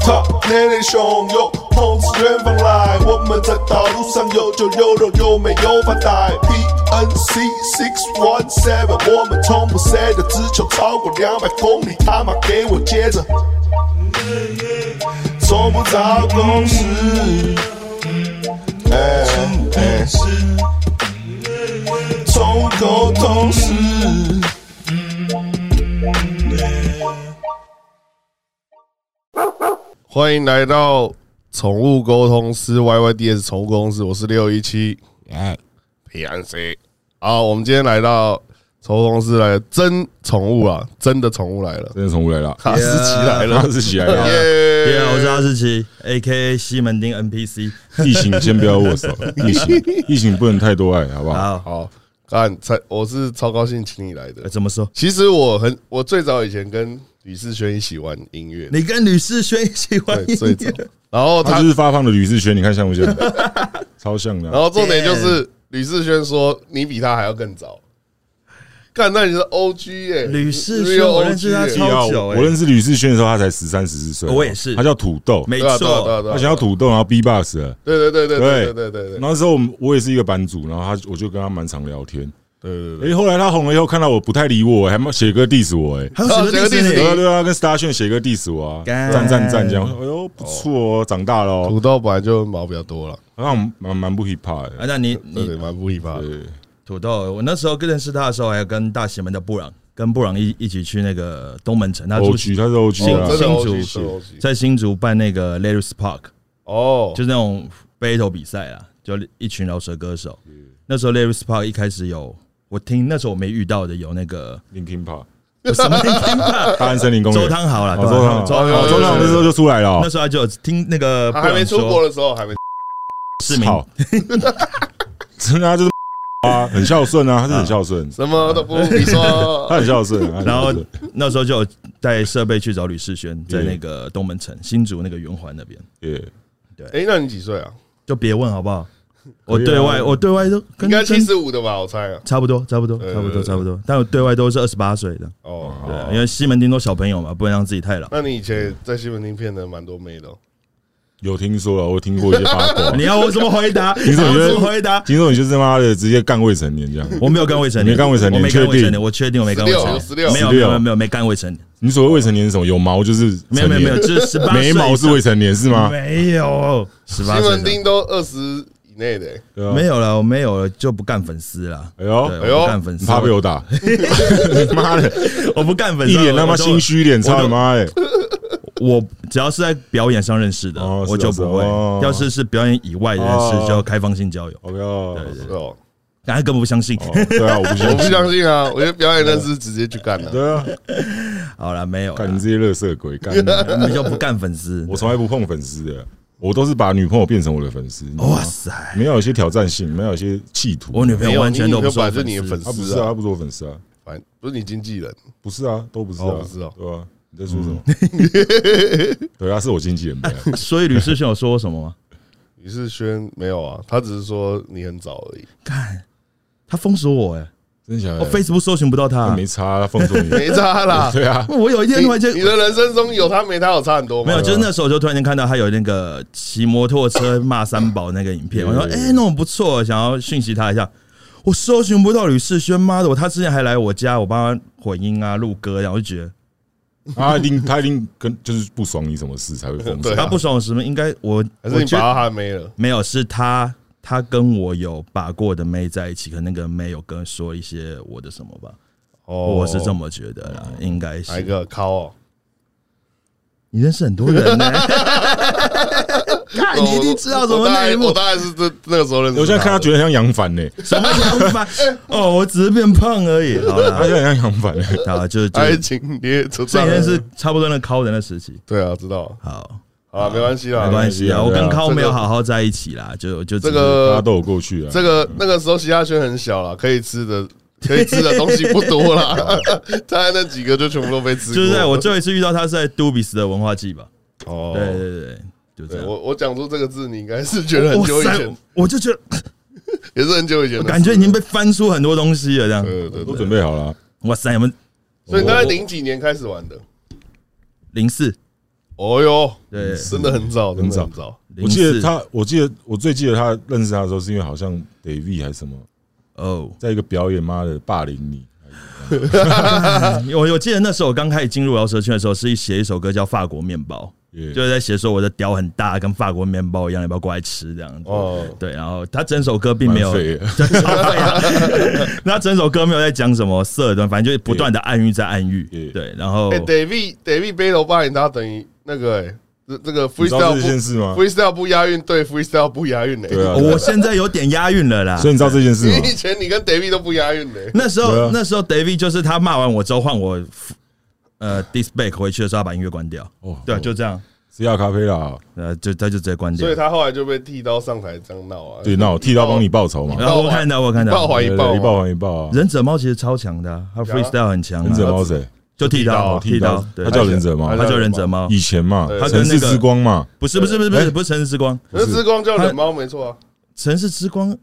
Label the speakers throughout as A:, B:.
A: 他年龄汹涌，碰自远方来。我们在道路上有酒有肉，又没有发呆。PNC six one seven，我们从不 s 的，只求超过两百公里。他妈给我接着，从不找公司。哎哎，从无沟通时。
B: 欢迎来到宠物沟通师 YYDS 宠物公司，我是六一七
C: 哎，
B: 平安 C。好，我们今天来到宠物公司来了真宠物啊，真的宠物来了，
C: 真的从未来了，
B: 卡斯奇来了，
C: 他是起来了，
D: 啊
B: 耶
D: 耶，我是阿志奇，A K A 西门町 N P C。
C: 疫情先不要握手， 疫情疫情不能太多爱，好不好？
D: 好，
B: 好，干，才我是超高兴请你来
D: 呃
B: 的。
D: 怎么说？
B: 其实我很，我最早以前跟吕世轩一起玩音乐，
D: 你跟吕世轩一起玩
B: 对，
D: 音
B: 最早
D: 乐，，
B: 然后
C: 他
B: 他
C: 就是发胖的吕志轩，你看像不像？ 超像的
B: 然
C: 啊。
B: 后重点就是吕世轩说你比他还要更早。干，那你是 O G 耶？
D: 吕世
B: 你
D: 轩
B: 是 real
D: 我认识他
B: OG 耶
D: 超
C: 对啊
D: 久欸
C: 我认识吕志轩的时候，他才十三十四岁，
D: 我也是
C: 他叫土豆，
D: 没
B: 对啊对啊对啊
D: 错，
B: 对啊，
C: 他想要土豆，然后 B box 了。
B: 对对对对对
C: 对
B: 对对对对
C: 那时候我们我也是一个版主，然后他我就跟他蛮常聊天。
B: 对对，
C: 诶，后来他红了以后，看到我不太理我，还写歌 diss 我，哎，
D: 还有什么
B: 啊这个
D: 历
B: 历史
D: 史
C: 对
D: 呢？
C: 啊对啊，跟 Star 炫写歌 diss 我啊，
D: 干
C: 赞赞赞这样。哎呦，不错哦，长大了哦，
B: 土豆本来就毛比较多了，
C: 好像蛮蛮不 hip hop
D: 啊，
C: 的。
D: 那你
B: 对
D: 你
B: 嗯对，蛮不一般的。
C: 对，
D: 土豆，我那时候认识他的时候，还有跟大西门的布朗，跟布朗一一起去那个东门城，他住
C: O G，他是 O G
D: 新
C: 啊
B: 哦，真的
D: 新
B: O G
D: 竹
B: 是 O G
D: 在新竹办那个 Larry's Park，
B: 哦，
D: 就是那种 battle 比赛啦，就一群饶舌歌手。那时候 Larry's Park 一开始有，我听那时候我没遇到的有那个
C: Linkin Park，
D: 什么 Linkin Park
C: 大安森林公园。
D: 周汤豪啦，
C: 哦
D: 对吧
C: 周汤豪
D: 周汤
B: 哦
D: 豪
C: 周
B: 汤豪
C: 浪那时候就出来了
D: 那
C: 哦，
D: 时候他就有听那个
B: 他还没出国的时候还没
D: 市民，
C: 好，真的啊，就是啊，很孝顺啊，他是很孝顺，
B: 什么都不你 说
C: 他很孝顺。啊他很孝顺
D: 然后那时候就有带设备去找吕世
C: 嗯
D: 轩，在那个东门城新竹那个圆环那边，
C: 耶，
B: 哎，那你几岁啊？
D: 就别问好不好？
C: 啊
D: 我对外我对外都
B: 应
D: 跟
B: 该七
D: 跟
B: 十五的吧，我猜啊。
D: 差不多，差不多，
C: 呃
B: 对
D: 差不
B: 对对
D: 多，差不多，但我对外都是二十八岁的，
B: 哦，
D: 对
B: 好
D: 啊，因为西门町都小朋友嘛，不能让自己太老。
C: 哦
B: 那你以前在西门町骗了蛮多妹的哦，
C: 有听说啊了，我听过一些八卦。
D: 你要我怎么回 答？你
C: 怎么觉得
D: 我怎么回答？
C: 听说你就是妈的直接干未成年 这样，
D: 我没有干未成年，
C: 你没干未成年
D: 我没
C: 确
D: 干
C: 定
D: 未成年，我确定我没干未成年，
B: 十六
D: 没有
C: 十六
D: 没有没有没干未成年，
C: 你所谓未成年是什么？有毛就是
D: 没有没有没有，
C: 成
D: 这是十八
C: 年眉毛是未成年是吗？
D: 没有十
B: 西
D: 八岁
B: 门
D: 以
B: 町都二十以内的欸。
C: 对啊
D: 上没有了，我没有了就不干粉丝了。
C: 哎
D: 对，
C: 呦，
B: 哎呦
D: 我不干粉丝，
C: 你怕被我打， 妈的，
D: 我不干粉丝，
C: 一脸
D: 我
C: 他妈
D: 我都
C: 心虚脸，操你妈哎！
D: 我只要是在表演上认识的，
C: 哦是啊
D: 我就不会
C: 是啊哦；
D: 要是是表演以外的认
C: 哦
D: 识，就开放性交友。
C: 我不要，
B: 是哦，
D: 但他根本不相信。
C: 对啊，我 不
B: 我
C: 相
B: 不
C: 信，
B: 相信 啊！我觉得表演认识直接去干了。
C: 对啊，
D: 好了，没有啦，
C: 干你这些乐色鬼，干你！
D: 我们就不干粉丝。
C: 我从来不碰粉丝的，我都是把女朋友变成我的粉丝。
D: 哦哇塞，
C: 没有一些挑战性，没有一些企图。
D: 我女朋
B: 没
D: 友
B: 有，
D: 完
B: 你
D: 全
B: 女
D: 都
B: 朋
D: 不
B: 友本
D: 是我
B: 来就
D: 粉
B: 你的粉
D: 丝。
C: 她不
B: 丝
C: 是啊，她不是我粉丝啊，
B: 反不是你经纪人，
C: 不是啊，都不是
B: 哦
C: 啊，
B: 不是哦
C: 对啊，你在说什么？对，啊他是我经纪人呗。
D: 所以吕世轩有说我什么吗？
B: 于世轩没有啊，他只是说你很早而已，
D: 干，他封锁我哎，
C: 真假的？
D: 我 Facebook 搜寻不到
C: 那
D: 他
C: 呃没。差，啊他封锁你。
B: 没差 啦。
C: 对啊，
D: 我有一天
B: 你
D: 突然间
B: 你的人生中有他没他有差很多吗？
D: 没有，就是那时候我就突然间看到他有那个骑摩托车骂三宝那个影片，我说
C: 嗯
D: 哎、那种不错，想要讯息他一下。我搜寻不到吕世轩，妈的，我他之前还来我家，我帮他混音啊、录歌，然后就觉得
C: 他一定他一定跟就是不爽你什么事才会封锁。
B: 对啊
D: 他不爽我什么，应该我
B: 还是
D: 我
B: 你
D: 觉
B: 把
D: 得
B: 他喊没了？
D: 没有，是他他跟我有把过的妹在一起，可能那个妹有跟说一些我的什么吧，
B: 哦
D: 我是这么觉得啦，应该
B: 哪一
D: 是。
B: 个靠哦？
D: 你认识很多人呢、 看啊你一定知道什么内
B: 我
D: 幕，
B: 大概我大概是这那个时候认识的。
C: 我现在看他觉
B: 得
C: 得像杨凡呢，
D: 什么想法？ 哦，我只是变胖而 已。好
C: 他
D: 啦
C: 现，在很像杨凡欸。
D: 好，就就
B: 爱情列车
D: 这
B: 上
D: 应该是差不多那靠人的时期。
B: 对啊，知道啊
D: 好，
B: 好啊，没关系啦，
D: 没关系啊，我
C: 对啊
D: 跟靠
B: 这个
D: 没有好好在一起啦，就就
B: 这
D: 只是
C: 大家
B: 个
C: 都有过去啊。
B: 呃这个那个时候嘻哈圈很小啦，可以吃的可以吃的东西不多啦， 大概那几个就全部都被吃过。
D: 就是在我最后一次遇到他是在杜比斯的文化季吧？
B: 哦
D: 对对对对，就这
B: 对
D: 样。
B: 我我讲出这个字，你应该是觉得很久以
D: 哇塞
B: 前，
D: 我就觉得
B: 也是很久以前的事，
D: 感觉已经被翻出很多东西了，这样。
B: 对对
C: 都
B: 对。
C: 准备好了啊，
D: 哇塞，你们
B: 所以大概零几年开始玩的，
D: 零四
B: 哦哟，
D: 对
B: 真的很早，真的很
C: 很
B: 早。
C: 我记得
D: 04
C: 他，我记得我最记得他认识他的时候，是因为好像 David 还是什么，
D: 哦，
C: 在一个表演，妈的霸凌你，
D: 我我记得那时候我刚开始进入饶舌圈的时候，是写一首歌叫《法国面包》，
C: 也
D: 就是在写说我的屌很大，跟法国面包一样，要不要过来吃这样子。
B: 哦
D: 对，然后他整首歌并没有，
C: 蛮废
D: 对，
C: 的
D: 超废的那整首歌没有在讲什么色的，反正就是不断的暗喻在 暗喻。
C: 对
D: 对，然后
B: 哎，David David battle 霸凌他等于那个哎，这这个
C: 你知道
B: freestyle
C: 这件事吗
B: 不 freestyle 不押韵，对 freestyle 不押韵哎。
C: 对啊
D: 我现在有点押韵了啦
C: 所。以你知道这件事
B: 你
C: 吗？
B: 以前你跟 David 都不押韵哎嘞。
D: 那时
C: 对啊
D: 候那时候 David 就是他骂完我之后换我呃 disback 回去的时候，他把音乐关掉。
C: 哦
D: 对啊，就这样，
C: 是亚咖啡啦，
D: 呃，就他就直接关掉
B: 所以。他后来就被剃刀上台这样闹啊。
C: 对，那我替他帮你报仇嘛，
D: 然后我看到我看
B: 爆
D: 到
B: 怀疑
C: 对对
B: 爆
C: 对一报还一报啊，
D: 忍者猫其实超强的啊，他 freestyle 很强啊，
C: 忍者猫谁？
D: 就剃刀
C: 哦剃
D: 剃
C: 刀
D: 刀，
C: 他
D: 对啊
C: 叫忍者猫
D: 他叫忍者猫，
C: 以前嘛
B: 对，
D: 他
C: 城
D: 跟那
C: 市
D: 个
C: 之光嘛，
D: 不是不是不是不
C: 哎
D: 是不是城市之光，
B: 可是之光叫忍猫没错啊，
D: 城市之光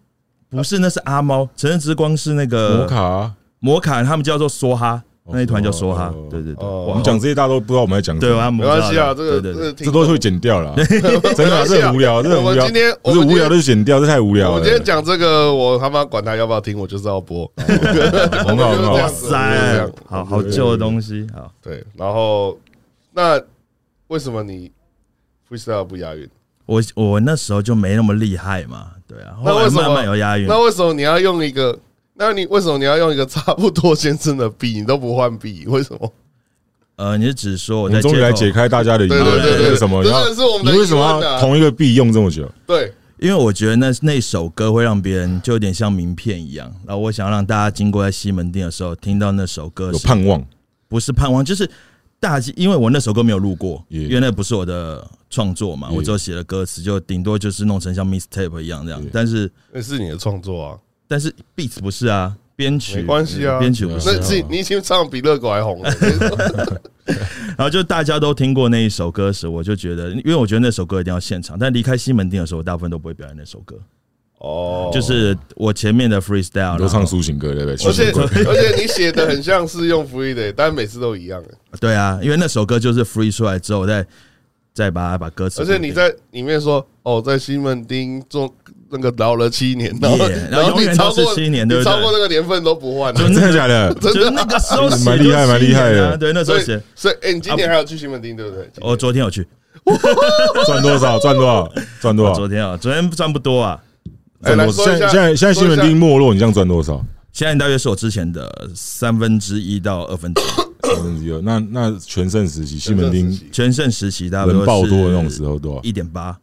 D: 不是那是阿猫，城市之光是那个
C: 摩卡啊。
D: 摩卡，他们叫做梭哈
C: 哦
D: 那一团叫梭哈
C: 哦，
D: 对对对，
B: 哦
D: 我
C: 我们讲这些大家都不知道我们在讲什
D: 对
C: 么
D: 吧？，
B: 没关系啊，这个这
D: 对对对
B: 个
C: 这
B: 听
C: 都会剪掉啦。真的
B: 没
C: 啊，
B: 关系啊
C: 这很无聊，这很无
B: 我们
C: 聊。
B: 今天
C: 不是
B: 我们今天
C: 无聊就剪掉，这太无聊
B: 我
C: 了
B: 今。天讲这个，我他妈管他要不要听，我就是要播。
C: 哦 很好很好
D: 哇塞，好好旧的东西，好。
B: 对，然后那为什么你 freestyle 不押韵？
D: 我我那时候就没那么厉害嘛，对啊，
B: 那
D: 后来
B: 为什么
D: 慢慢有押韵，
B: 那为什么你要用一个？那你为什么你要用一个差不多先生的 B？你都不换 B，为什么？
D: 呃，你是指说
C: 我
D: 我在
C: 们终于来解
D: 借口，
C: 开大家的疑
B: 对
C: 问，
B: 对对对
C: 为什么？
B: 这
C: 你
B: 真
C: 要
B: 的是我们的
C: 你为什么
B: 疑问啊
C: 要同一个币用这么久？
B: 对，
D: 因为我觉得那那首歌会让别人就有点像名片一样，然后我想让大家经过在西门町的时候听到那首歌
C: 有
D: 是，
C: 盼望，
D: 不是盼望，就是大家因为我那首歌没有录过，
C: Yeah
D: 因为那不是我的创作嘛，
C: Yeah
D: 我只有写了歌词，就顶多就是弄成像 mistape 一样这样
C: Yeah，
D: 但是
B: 那是你的创作啊，
D: 但是 beats 不是啊，编曲
B: 没关系啊
D: 编曲不是
B: 那
D: 啊，
B: 是你已经唱比乐狗还 红了。
D: 然后就大家都听过那一首歌时，我就觉得，因为我觉得那首歌一定要现场。但离开西门町的时候，我大部分都不会表演那首歌，
B: 哦，
D: 就是我前面的 freestyle
C: 你
D: 啊
C: 都
D: 然
C: 唱
D: 后
C: 抒情歌对不对？
B: 而且而且你写的很像是用 free 的，但每次都一样。欸
D: 对啊，因为那首歌就是 free 出来之后，我再再把它把歌词
B: 而
D: 固定，
B: 且你在里面说哦，在西门町做那个饶了七年，然后
D: Yeah，
B: 然
D: 然后
B: 后你
D: 永远
B: 超
D: 都是
B: 过
D: 七年
B: 你
D: 对不对
B: 超过那个年份都不换啊，
D: 就
C: 真的假的？
D: 就是那个时候写
C: 蛮厉害
D: 就是
C: 蛮厉害的
D: 新年啊对，那时
B: 所
D: 候
B: 以
D: 写，
B: 所以哎，你今年
C: 啊
B: 还有去西门町对不对？
C: 哦
D: 我昨天有去，
C: 赚多少？赚多少？赚 多
D: 昨
C: 少？
D: 天啊，昨天赚不多啊，
B: 哎
C: 赚
B: 来
C: 多少？
B: 说一
C: 现
B: 下
C: 在现在现在西门
B: 说一
C: 町没落，你这样赚多少？
D: 现在大约是我之前的三分之一到二分之一，
C: 三分之一二。那那全盛时期西门町
D: 全盛时期大概
C: 人爆多的那种时候多少？
D: 一点八，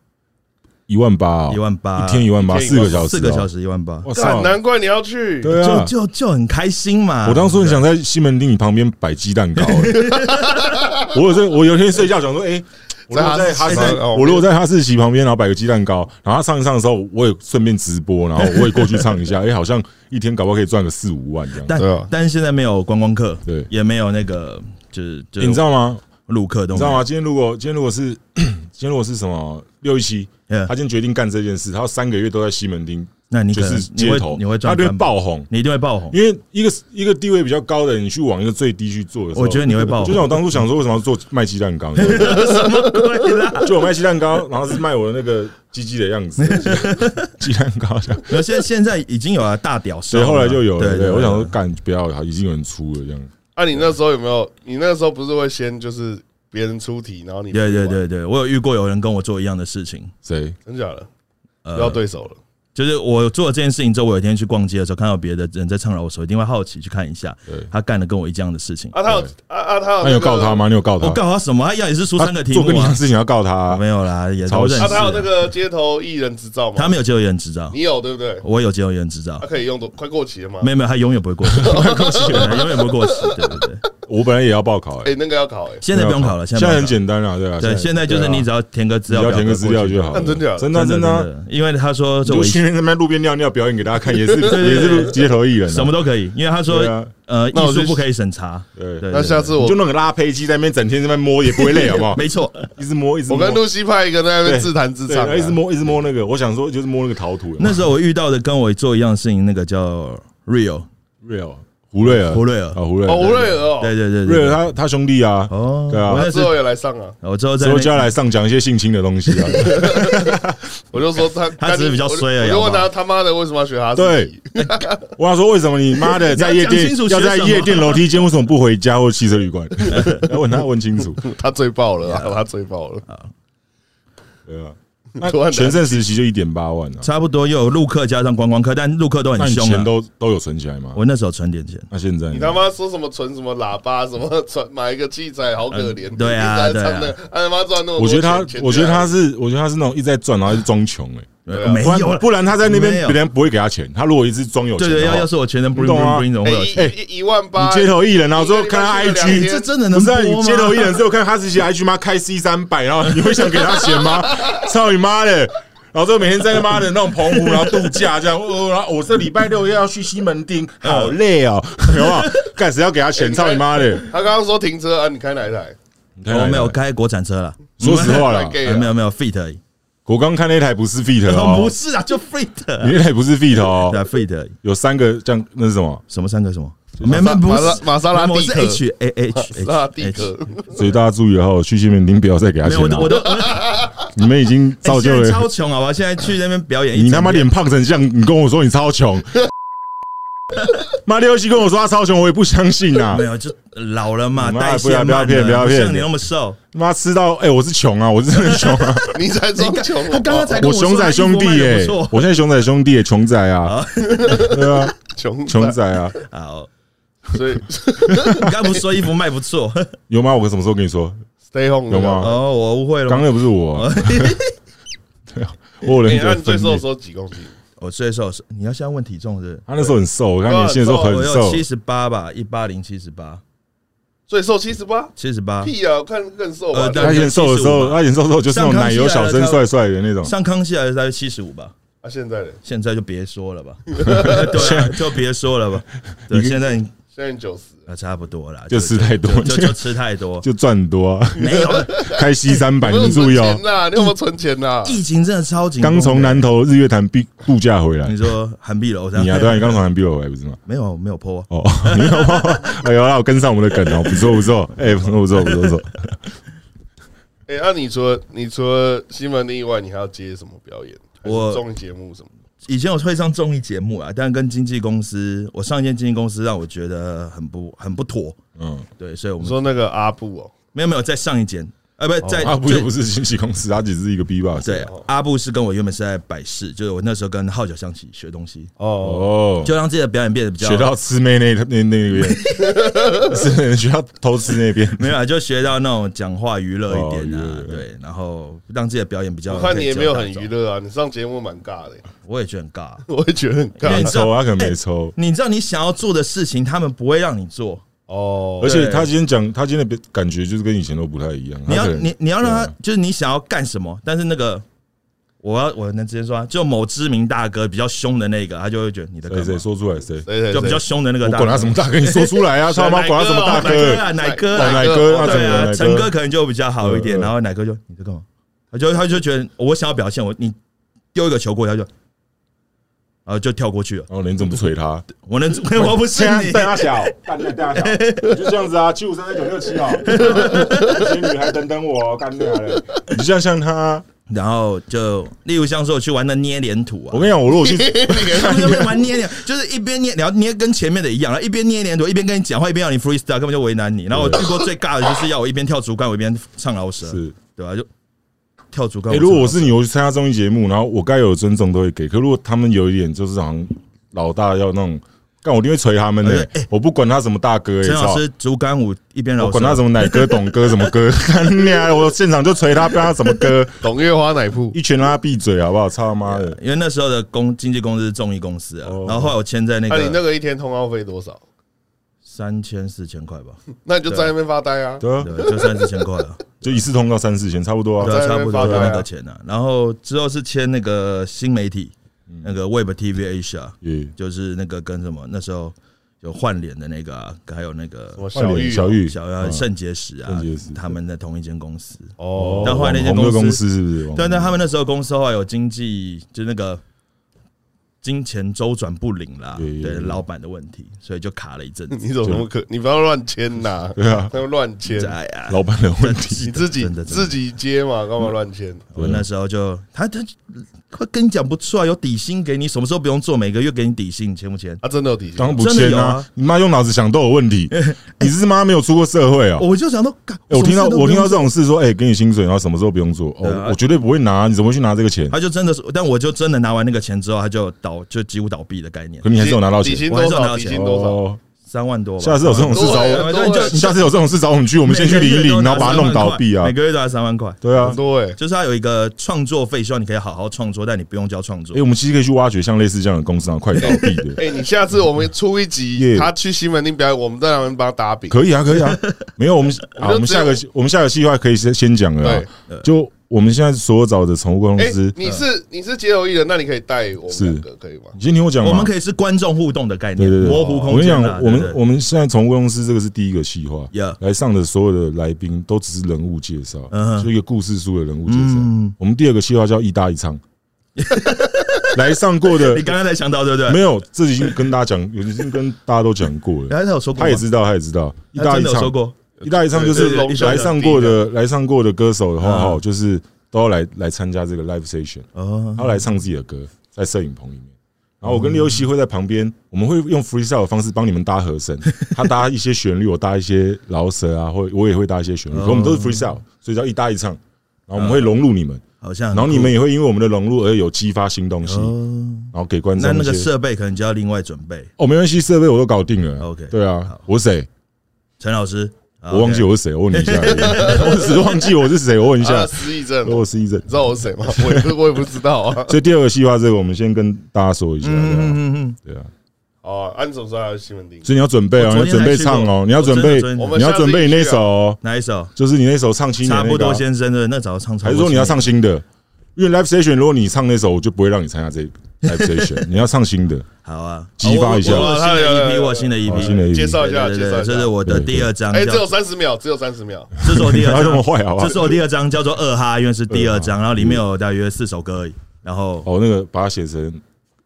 C: 一万八，哦
D: 一万八，
C: 一天一万八，
B: 一
C: 四
B: 天一万
C: 个小时，哦
D: 四个小。时一万八，
C: 哇
B: 下，干
C: 操！
B: 难怪你要去，
C: 对啊
D: 就，就就很开心嘛。
C: 我当初很想在西门町你旁边摆鸡蛋糕、欸 我有这，我有一天睡觉想说，哎、我如果在哈士哦
B: 在哈士
D: 哦
B: 奇
C: 我如果在哈士奇旁边，然后摆个鸡蛋糕，然后他上一上的时候，我也顺便直播，然后我也过去唱一 下，哎、好像一天搞不好可以赚个四五万这样。
D: 但
B: 对啊
D: 但是现在没有观光客，
C: 对欸
D: 也没有那个就是就是
C: 你知道吗？
D: 陆客
C: 你
D: 都没
C: 知
D: 有
C: 道吗？？今天如果今天如果是 今天如果是什么六一七，
D: 嗯
C: 他今天决定干这件事，他要三个月都在西门町，
D: 那你
C: 就
D: 可能
C: 是
D: 你
C: 街头
D: 会，你会
C: 他
D: 赚
C: 就会
D: 翻吧，
C: 爆红。
D: 你一定会 爆红。
C: 因为一个一个地位比较高的，你去往一个最低去做的时候，
D: 我觉得你会爆红
C: 就像我当初想说，为什么要做卖鸡蛋糕？ 就我卖鸡蛋糕，然后是卖我的那个鸡鸡的样 子，鸡蛋糕这样。
D: 然后现在现在已经有了大屌丝
C: 所以
D: 了，
C: 后来就有了，
D: 对
C: 对，我想说，
D: 对
C: 干不要，已经有人出了这样。
B: 啊，你那时候有没有？你那时候不是会先就是别人出题，然后你
D: 对
B: 出
D: 对
B: 吗，
D: 对对，我有遇过有人跟我做一样的事情，
C: 谁？
B: 真假的，
D: 呃
B: 不要对手了。
D: 就是我做了这件事情之后，我有一天去逛街的时候，看到别的人在唱饶舌，我一定会好奇去看一下
C: 对。
D: 他干了跟我一样的事情，
B: 啊，他有啊啊，他有
C: 那你
B: 那
C: 有
B: 个
C: 告他？吗？你有告他？
D: 我告他什么？他要也是出
C: 他
D: 三个题
C: 做跟你
D: 目
C: 一样
D: 啊
C: 的，事情要告他啊
D: 没。有啦，也
C: 抄
D: 都
C: 袭
D: 认识
B: 啊，
D: 啊。
B: 他有那个街头艺人执照吗？
D: 他没有接受人执
C: 啊
D: 照，
B: 你有对不对？
D: 我有接受人执照
B: 他。可以用多快过期了吗？
D: 没有没有，他永远不会过 期，过期永远不会过期，对对对。
C: 我本来也要报考，
B: 哎
C: 哎，，
B: 那个要考哎，
D: 现在不用考了，
C: 现
D: 在
C: 在
D: 不用
C: 很
D: 考
C: 简单啊，对啊。
D: 对，现在就是你只要填个资
C: 只
D: 料
C: 要
D: 表，
C: 填个资料就好
B: 那
C: 了。
B: 真的假的
C: 真的真
D: 真的真
C: 的啊。
D: 的，因为他说这
C: 就
D: 我
C: 去那边路边尿尿表演给大家看，也是也是街头艺人啊，
D: 什么都可以，因为他
C: 对
D: 说
C: 啊
D: 呃
B: 那我
D: 艺
B: 就
D: 术不可以审查，
C: 对
D: 对，
B: 那
D: 对
B: 下次我
C: 就弄个拉胚机在那边整天在那边摸也不会累，好不好？
D: 没错，
C: 一直摸一直摸，
B: 我跟露西派一个在那
C: 对
B: 边自弹自
C: 对
B: 唱啊，
C: 一直摸一直摸那个，我想说就是摸那个陶土有没有。
D: 那时候我遇到的跟我做一样的事情，那个叫 Real，
C: real 胡瑞尔，
D: 胡瑞尔
C: 啊，胡瑞
B: 哦，
C: 尔，
B: 吴瑞尔哦，
D: 对对对对
C: 瑞尔
D: 对，
C: 他他兄弟啊，
D: 哦
C: 对啊
D: 我，
B: 他之后也来上啊，
D: 我之后在
C: 之
D: 那
C: 后就要来上讲一些性侵的东 西啊，
B: 我就说他
D: 他只是比较衰而已
B: 我就问
D: 好不
B: 他他妈的为什么要学哈士
C: 对
B: 奇？，
C: 我想说为什么你妈的在夜
D: 你要讲
C: 店
D: 清楚学
C: 要在
D: 什么
C: 夜店楼梯间为什么不回家或汽车旅 馆？要问他问清楚，
B: 他追爆了啊，他追爆了，
C: 对啊。那
B: 突然
C: 全盛时期就一点八万啊，
D: 差不多又有陆客加上观光客，但陆客都
C: 那
D: 很
C: 你
D: 凶
C: 钱
D: 啊。
C: 都都有存起来吗？
D: 我那时候存点钱，
C: 那现在呢
B: 你他妈说什么存什么喇叭，什么存买一个器材，好可怜。
D: 嗯对啊
B: 一直在唱那个
D: 对
B: 他妈赚那么多钱，
C: 我觉得他
B: 钱，啊
C: 我觉
B: 进
C: 得
B: 来
C: 他是，我觉得他是那种一直在赚，然后一直装穷哎，
B: 对啊
D: 没
C: 不
D: 有
C: 然
D: 了。
C: 不然他在那
D: 没
C: 边
D: 有
C: 别人不会给他钱。他如果一直装有钱
D: 对
C: 的话，
D: 对，要要是我全能 bling
C: 你懂啊
D: bling bling 总会有钱。
B: 哎一一一万八，
C: 你街头艺人啊，
B: 一
C: 我
B: 个
C: 说
B: 礼拜
C: 看他
B: 去个两
C: IG，
B: 天
D: 这真的能
C: 不是啊，
D: 播
C: 你
D: 吗
C: 街头艺 人只有看哈士奇的 IG 妈开 C 三百，然后你会想给他钱吗？ 操你妈的！然后之后每天在他妈的那种澎湖，然后度假这样，哦，然后我这礼拜六又要去西门町，好累哦， 有没有？干谁要给他钱？操你妈的！
B: 他刚刚说停车啊，你开哪一台？
D: 我哦没有，开国产车了，
C: 说实话啦
B: 太，gay
D: 哎，
B: 了
D: 没有没有 fit 而已，
C: 我刚看那台不是 Fit 哦，
D: 不是啊，就 fit，啊
C: 你那台不是 Fit 哦
D: 对，啊 fit 而已。
C: 有三个这样，那是什么？
D: 什么三个什么？没没不
B: 玛
D: 是
B: 莎玛莎拉蒂
D: 我是
B: 克
D: H A H
B: 是啊，
D: H
B: 地壳。
C: 所以大家注意哦，去西门町不要再给他
D: 没
C: 钱
D: 有，我都
C: 了
D: 我， 都
C: 你们已经造
D: 我
C: 就
D: 现在
C: 了
D: 超穷好吧？现在去那边表演一整天，
C: 你他妈脸胖成这样，你跟我说你超 穷。马里奥西跟我说他超穷，我也不相信啊
D: 没！有哎就老了嘛，
C: 你妈
D: 代
C: 不嗯
D: 谢
C: 哎要不要
D: 慢
C: 骗
D: 了，
C: 不要骗
D: 像你那么瘦。
C: 妈吃到哎、我是穷啊，我是真的穷 啊！
B: 你才装穷哦好不好，
D: 他刚刚才跟
C: 我
D: 我说
C: 熊仔兄弟
D: 他衣服卖
C: 哎、
D: 得不错
C: 我现在熊仔兄弟、欸，穷仔 啊，对啊，
B: 穷
C: 穷，仔啊，
D: 好，
B: 所以
D: 你刚不是说衣服卖 不错？
C: 有吗？我什么时候跟你说？
B: stay home
C: 有吗
D: 哦，我误会了
C: 刚刚那
D: 吗。
C: 不是我、 啊，对啊，我有
B: 那
C: 人
B: 你
C: 格
B: 看哎你最
D: 哎
C: 分
B: 瘦
C: 裂
B: 的。时候几公斤？
D: 我最瘦是，你要现在问体重是
C: 他那时候很瘦，我看年轻的时候
D: 不是？
C: 很
D: 我哦有
C: 瘦
D: 七，十八吧，一八零七十八，
B: 最瘦七十八，
D: 七十八。
B: 屁啊！我看更瘦吧
D: 呃。
B: 那
D: 对
C: 他以前瘦的时
D: 75
C: 候，
D: 吧
C: 他以前瘦的时候就是那种奶油小生
D: 上
C: 帅
D: 康
C: 帅的那种。
D: 上康熙来的大约七十五吧，
B: 啊，现在嘞，
D: 现在就别说 了吧，对啊，就别说了吧。对，现在
B: 现在九十，
D: 呃差不多啦，
C: 就吃太多
D: 就就就吃太 多，
C: 就赚很多、啊，
D: 没有
C: 开西三 百，
B: 你有
C: 你注
B: 存
C: 意哦
B: 钱。呐？你有没有存钱呐？
D: 疫情真的超紧绷的，
C: 刚从南投日月潭避度假回来
D: 你，说韩碧楼这样，
C: 你啊，对啊，你刚从南避我回来不是吗？
D: 没有没有破，
C: 哦， 你有吗？哎呦，那我跟上我们的梗哦，不错不错，哎，不错不错不错不错。
B: 哎，那你除了你除了西门町以外，你还要接什么表演？还是
D: 我
B: 综艺节目什么？
D: 以前我会上综艺节目啊，但跟经纪公司，我上一间经纪公司让我觉得很不很不妥，
C: 嗯，
D: 对，所以我
B: 我
D: 们
B: 说那个阿布哦，
D: 没有没有在上一间，呃，不在
C: 他不
D: 最
C: 也不是经纪公司，他只是一个 B box。
D: 对，阿布是跟我原本是在百事，就是我那时候跟号角响起学东西，
B: 哦，
C: 哦，
D: 就让自己的表演变得比较
C: 学到吃妹那那那边， 是学到偷吃那边。
D: 没有啊，就学到那种讲话娱乐一点
C: 哦
D: 啊
C: 娱乐，
D: 对，然后让自己的表演比较。
B: 我看你也没有很娱
D: 乐，
B: 乐啊，你上节目蛮尬的，
D: 我也觉得很尬。
B: 我也觉得很
D: 因为
B: 尬
D: 你知道
C: 抽啊，他可能没抽。
D: 你知道你想要做的事情，他们不会让你做，
B: 哦
C: 而。且他今天讲，他今天的感觉就是跟以前都不太一样。
D: 你要
C: 他可能
D: 你你要让他
C: 对啊
D: 就是你想要干什么，但是那个我要我能直接说啊，就某知名大哥比较凶的那个，他就会觉得你在干
C: 谁谁
D: 嘛
C: 说出来谁，
B: 谁谁
D: 就比
B: 谁
D: 较凶的那个
C: 我
D: 大哥，
C: 管他什么大哥，你说出来 啊！他妈管他什么大
D: 奶哥
C: 哥，
D: 啊，奶哥
C: 哦
D: 啊，
C: 奶哥啊，
B: 奶哥
C: 怎么
D: 对
C: 了
D: 啊，
C: 奶哥
D: 陈哥？可能就比较好一
C: 嗯
D: 点，
C: 嗯
D: 然后奶哥就你在干嘛？他就他就觉得我想要表现，我你丢一个球过去，他就然后就跳过去了。
C: 然后你怎么不捶他？
D: 我能 我不是你，
C: 大小，干你大小，就这样子啊，七五三三九六七哦，这些女孩等等我，干掉了。你就像像他，
D: 然后就例如像说我去玩那捏脸土啊
C: 我。跟你讲，我如果 去，
D: 他们就边玩捏脸，就是一边捏，然后捏跟前面的一样，然后一边捏脸土，一边跟你讲话，一边要你 freestyle，根本就为难你。然后我去过最尬的就是要我一边跳竹竿，我一边唱饶舌，
C: 是
D: 对啊吧、就跳竹竿。
C: 哎，如果我
D: 唱饶舌
C: 是你，我去参加综艺节目，然后我该有的尊重都会给。可如果他们有一点就是好像老大要那种，干我一定会捶他们的，我不管他什么大哥，
D: 陈老
C: 操
D: 师竹竿舞一边饶舌，
C: 我管他什么奶哥、董哥什么 哥，干你啊！我现场就捶他，不知道他什么 哥，
B: 董月花奶铺
C: 一拳让他闭嘴好不好？操他妈的！
D: 因为那时候的公经纪公司是综艺公司啊，
C: 哦
D: 然后后来我签在那
B: 那、
C: 哎
B: 你那
D: 个
B: 个一天通告费多少？
D: 三千四千块吧，
B: 那你就在那边发呆啊。
C: 对啊，
D: 对，就三四千块啊，
C: 就一次通告三四千，差不多
D: 对
C: 啊。
D: 啊，差不多就那个钱啊。然后之后是签那个新媒体，
C: 嗯
D: 那个 Web TV Asia，
C: 也
D: 就是那个跟什么那时候有换脸的那个、啊，还有那个
B: 我
C: 换
B: 小
C: 脸
B: 玉，
C: 小玉
D: 小啊肾结石啊
C: 肾结石，
D: 他们在同一间公司。
B: 哦，
D: 但后来那间
C: 公
D: 公
C: 司
D: 司
C: 是不是？
D: 对，但他们那时候公司后来有经济，就是那个金钱周转不灵啦，
C: 对
D: 对老板的问题，所以就卡了一阵子。
B: 你怎么那么可？你不要乱签 呐！
C: 对啊
B: 不要乱签，
D: 哎呀，
C: 老板的问题，
B: 你自己
D: 真的真的
B: 自己接嘛，干嘛乱签？
D: 我那时候就他他会跟你讲不出来，有底薪给你，什么时候不用做，每个月给你底薪，你签不签？
B: 啊，真的有底
C: 当
B: 薪，
C: 然不
D: 真
C: 签
D: 的有
C: 啊
D: 啊！
C: 你妈用脑子想都有问题， 你是妈没有出过社会啊？
D: 我就想说，干
C: 欸我听到
D: 什么
C: 我听
D: 事都不用
C: 到这种事说，哎，给你薪水，然后什么时候不用做？
D: 对
C: 哦，
D: 啊
C: 我绝对不会拿，你怎么会去拿这个钱？
D: 他就真的是，但我就真的拿完那个钱之后，他就倒，就几乎倒闭的概念
C: 可，你还是有拿到钱
B: 底。薪
D: 我还
B: 多
D: 是有拿
B: 少？
D: 到
B: 底
D: 钱
B: 薪多少？
C: 哦，
D: 三万多吧。
C: 下次有这种事找
B: 对
C: 我，
B: 啊
D: 对你就
C: 你下次有这种事找我们去，我们先去理一理，然后把它弄倒闭啊
D: 每。个月都要三万块，
C: 对啊
B: 很，多哎，
D: 就是他有一个创作费，希望你可以好好创作，但你不用交创作
C: 哎，。我们其实可以去挖掘像类似这样的公司啊，快倒闭的，
B: 哎，你下次我们出一集，
C: 耶
B: 他去西门町表演，我们在那边帮他打饼。
C: 可以啊，可以啊。没有，我们啊，我们下个我们下个计划可以先先讲了啊。就我们现在所找的宠物公
B: 哎
C: 司，，
B: 你是你是街头艺人，那你可以带我们两个，可以吗？
C: 你先听我讲嘛。
D: 我们可以是观众互动的概念，
C: 对对对，
D: 模糊
C: 我
D: 空
C: 跟你
D: 间
C: 讲
D: 啊。，
C: 我
D: 对
C: 们
D: 对
C: 我们现在宠物公司这个是第一个企划
D: Yeah
C: 来上的所有的来宾都只是人物介绍，
D: 嗯哼
C: 就一个故事书的人物介绍
D: 嗯。
C: 我们第二个企划叫一搭一唱， 来上过的
D: 你刚刚才想到对不对？
C: 没有，这已经跟大家讲，已经跟大家都讲过了。
D: 然 后他有说过吗，
C: 他也知道，他也知道，一
D: 他
C: 搭一
D: 真的有说
C: 唱，
D: 过，
C: 一搭一唱
B: 对
C: 就
B: 对
C: 是
B: 对
C: 来上过
B: 对
C: 的来上过的歌手的话，
D: 嗯
C: 哈，就是都要来来参加这个 live session。
D: 哦，
C: 他来唱自己的歌，在摄影棚里面。然后我跟刘希会在旁边，我们会用 freestyle 的方式帮你们搭和 声，他搭一些旋律，我搭一些饶舌啊，或我也会搭一些旋律，
D: 哦
C: 可我们都是 freestyle，所以叫一搭一唱。然后我们会融入你们，
D: 好像很
C: 然
D: 酷。
C: 后你们也会因为我们的融入而有激发新东西，
D: 哦，
C: 然后给观众
D: 那那个
C: 一些
D: 设备可能就要另外准备。
C: 哦，没关系，设备我都搞定了。
D: OK，
C: 对啊，我是谁？
D: 陈老师，啊
C: 我忘记
D: OK
C: 我是谁，我问 你一下，我只是忘记我是谁，我问一
B: 啊，
C: 下，
B: 失忆症，
C: 我是一正
B: 你。知道我是谁吗？我也不我也不知道啊。
C: 所以第二个计划这个，我们先跟大家说一下，对啊
D: 嗯嗯
C: 对啊。
B: 哦，安总说他是西门町，
C: 所以你要准备哦，
D: 我
C: 你要
D: 昨
C: 准
D: 天
C: 备唱哦，你要准备
D: 我，真的
B: 天
D: 昨
C: 你要准备你那首哦，
D: 哪一首？
C: 就是你那首唱七年
D: 差
C: 那
D: 不
C: 个
D: 多
C: 啊，
D: 先生的那早就唱差
C: 还是
D: 不多先生，
C: 说你要唱新的？因为 Live Station，如果你唱那首，我就不会让你参加这 Live Station。你要 唱新 的，
D: 好啊？
C: 激发一下
D: 哦我我我有新的 EP，我
C: 好
D: 有新的 EP，
C: 新的一
B: 介
C: 集。
B: 绍一下，
D: 对
B: 介
D: 对对
B: 绍
D: 对
B: 一
D: 这是
B: 下。
D: 我的第二
C: 啊
D: 张，
B: 哎，
D: 叫
B: 只有三十秒，只有三十秒。
D: 这是我第二
C: 不要
D: 张，
C: 这么坏好不好
D: 这是我第二张，叫做二哈，因为是第二张，然后里面有大约四首歌而已，然后
C: 哦，那个把它写成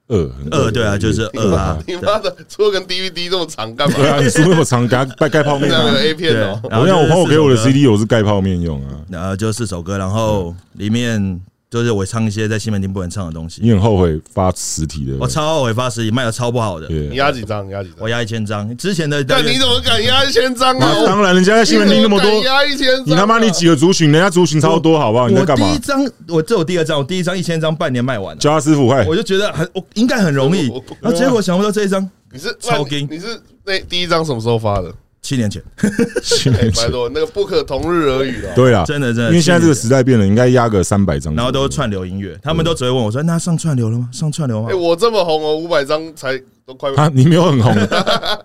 C: 二，很
D: 二对啊，就是二啊，
B: 你妈的，出跟 DVD 这么长干嘛？
C: 对啊，你书那么长，给它盖盖泡
B: 那
C: 面
B: 样
C: 啊
B: 的。A 片
D: 对，
B: 哦，
D: 然后
C: 我
D: 就
C: 想我
D: 是
C: 朋友给我的
D: 四首歌
C: CD，我是盖泡面用啊。
D: 然后就四首歌，然后里面就是我唱一些在西门町不能唱的东
C: 你
D: 西，
C: 很后悔发实体的，
D: 我超后悔发实体卖的超不好的，
B: 你
C: 对，
B: 压几张？你压几张
D: 我？压一千张，之前的大
B: 那
D: 约
B: 你怎么敢压一千张啊？
C: 那当然，人家在西门町那么
B: 你
C: 多
B: 怎，敢压一千张啊，
C: 你他妈你几个族群，人家族群超多，好不好？你在
D: 我
C: 干
D: 第
C: 嘛
D: 一？张我这我第二张，我第一张一千张半年卖完了，
C: 叫他师傅快，
D: 我就觉得很我应该很容易
B: 我不，
D: 然后结果想不到这一张
B: 你是
D: 超
B: 那你
D: 金
B: 你是那第一张什么时候发的？
D: 七年前，
C: 七
B: 哎
C: 年，
B: 拜
C: 前。
B: 托，那个不可同日而语啊！
C: 对啦，
D: 真的真的
C: 因为现在这个时代变了，应该压个三百张，
D: 然后都是串流音乐，他们都只会问我说：“那上串流了吗？上串流吗
B: 哎，我这么红哦，五百张才都快。
C: 啊，你没有很 红，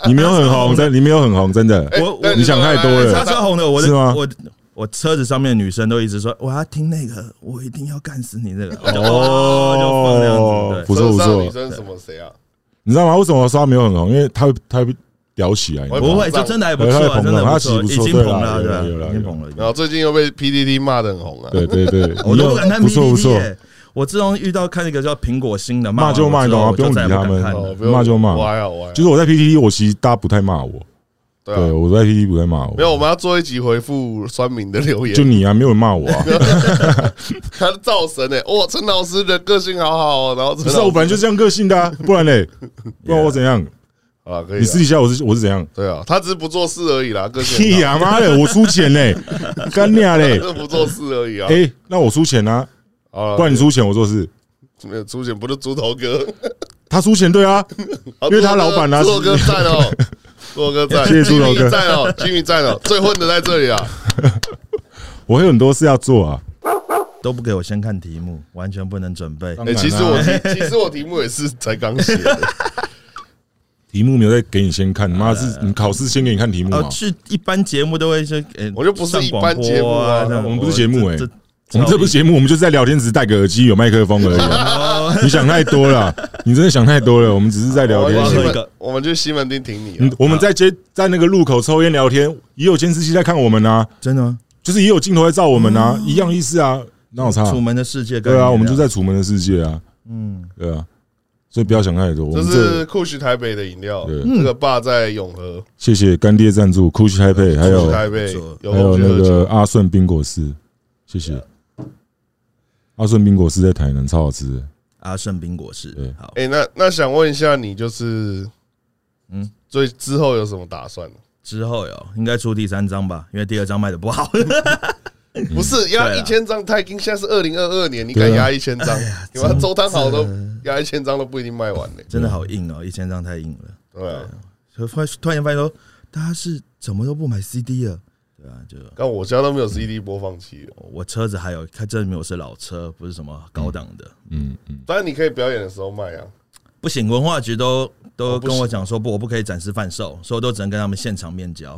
C: 你没有很红，真的你没有很红，真的，
B: 哎
D: 我我
B: 那
C: 你想
B: 哎说
C: 太多了
B: 来？”来
D: 他
B: 来
D: 超红的，我
C: 是
D: 的
C: 吗
D: 我我车子上面的女生都一直说：“我要听那个，我一定要干死你那 个。”哦，就放这样子，
C: 不错
B: 车
C: 不
B: 上女
C: 错，
B: 生什么谁啊？
C: 你知道吗？为什么我说他没有很红？因为他他会屌起来，你知
D: 对，
C: 道吗
D: 不会，就真的还不错啊，真的错，已经红了，对吧？已经红了，
B: 然后最近又被 PDD 骂的很红啊。
C: 对对对，
D: 我都不敢看
C: 不错不
D: PPT
C: 错，
D: 耶。我自从遇到看那个叫苹果新的，
C: 骂就骂，你懂吗？
D: 我
C: 不用理他们
B: 了，哦不用
C: 骂就
B: 我
C: 骂。
B: 还好，我还好
C: 就是我在 PTT，我其实大家不太骂我，
B: 啊对
C: 对
B: 啊，
C: 我在 PTT 不太骂我
B: 没，有，我们要做一集回复酸民的留言
C: 就。你啊，没有人骂我 啊，
B: 他造神哎，哇，陈老师的个性好好哦。然后陈
C: 不是啊
B: 老
C: 我本来就这样个性的啊，不然 嘞，不然我怎样？
B: 啊，可以
C: 你私
B: 啊。
C: 底下我是我是怎样？
B: 对啊，他只是不做事而已啦，个性很好
C: 屁啊呀、妈的，我出钱嘞，干你啊 嘞！
B: 这不做事而已啊。
C: 哎、那我出钱啊，
B: 啊，
C: 不然你出钱我做事。
B: 没有出钱不是猪头哥，
C: 他出钱对啊，因为他老板啊
B: 猪哦头哥猪头哥赞哦，猪 头哥赞，
C: 谢谢猪头哥
B: Jimmy 赞哦，Jimmy 赞哦，最混的在这里啊，
C: 我会有很多事要做啊。
D: 都不给我先看题目，完全不能准备。
C: 当
B: 哎，
C: 然啊
B: 其实我题其实我题目也是才刚写的，
C: 题目没有再给你先看，妈是你考试先给你看题目啊
D: 呃
C: 嘛，？
D: 去一般节目都会说，呃
B: 我就不是一般节目啊
D: 上广播
C: 我们不是节目哎
D: 这
C: 我
D: 这
C: 们这不是节目，我们就是在聊天，只是戴个耳机有麦克风而已 啊、你想太多了，你真的想太多了。我们只是在 聊
B: 我
C: 天
B: 们
D: 要
B: 去，西
D: 喝
B: 门
D: 一个，
B: 我们去西门町挺你啊
C: 嗯，我们在街在那个路口抽烟聊天，也有监视器在看我们啊，
D: 真的吗？
C: 就是也有镜头在照我们啊，一样意思啊，那我差。
D: 嗯楚门的世界概念，
C: 对啊，我们就在楚门的世界啊，
D: 嗯，
C: 对啊。所以不要想太多。我
B: 这是
C: 们这
B: 酷许台北的饮料，
C: 对
B: 这
D: 嗯
B: 个爸在永和，
C: 谢谢干爹赞助，酷西台北，还
B: 酷
C: 有
B: 许台北
D: 不错
B: 有
C: 还有
B: 空去
C: 那
B: 喝酒
C: 个。阿顺冰果室，谢谢。阿顺冰果室在台南超好吃的，
D: 阿胜冰果室
C: 对，
D: 好，
B: 哎，那那想问一下你，就是嗯
D: 嗯，
B: 最之后有什么打算？
C: 嗯
D: 之后有应该出第三张吧，因为第二张卖的不好，
B: 不是压
D: 对
B: 一
D: 啊哎
B: 千张太金，现在是二零二二年，你敢
C: 对啊
B: 压一千张？你把周汤好都压一千张都不一定卖完呢。
D: 真的好硬哦，一千张太硬了。
B: 对啊，
D: 就突然突然间发现说，大家是怎么都不买 CD 了？对啊，就
B: 但我家都没有 CD 播放器了，
D: 我车子还有，它证明我是老车，不是什么高档的。
C: 嗯嗯，
B: 当然你可以表演的时候卖啊。
D: 不行，文化局都
B: 哦
D: 都
B: 不行
D: 跟我讲说不，我不可以展示贩售，所以我都只能跟他们现场面交，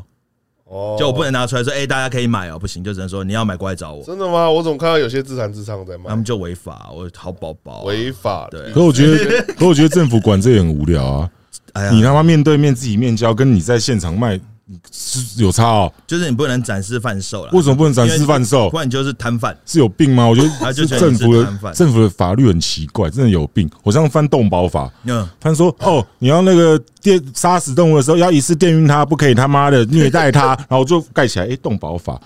B: 哦，
D: 就我不能拿出来说，哎、大家可以买哦，不行，就只能说你要买过来找我，
B: 真的吗？我总看到有些自弹自唱在
D: 他
B: 卖
D: 们，就违法，我好宝宝、啊，
B: 违法的。
D: 对
C: 可我觉 得，可我觉得政府管这也很无聊啊！
D: 哎
C: 你
D: 呀，
C: 他妈面对面自己面交，跟你在现场卖是有差哦。
D: 就是你不能展示贩售了，
C: 为什么不能展示贩售
D: 不？然你就是摊贩。
C: 是有病吗？我觉
D: 啊他
C: 得
D: 就觉得
C: 政
D: 你是
C: 府
D: 摊贩
C: 的政府的法律很奇怪，真的有病。我上次翻动保法，
D: 嗯，
C: 他说：“哦，你要那个电杀死动物的时候，要一次电晕它，不可以他妈的虐待它。”然后我就盖起来，诶，动保法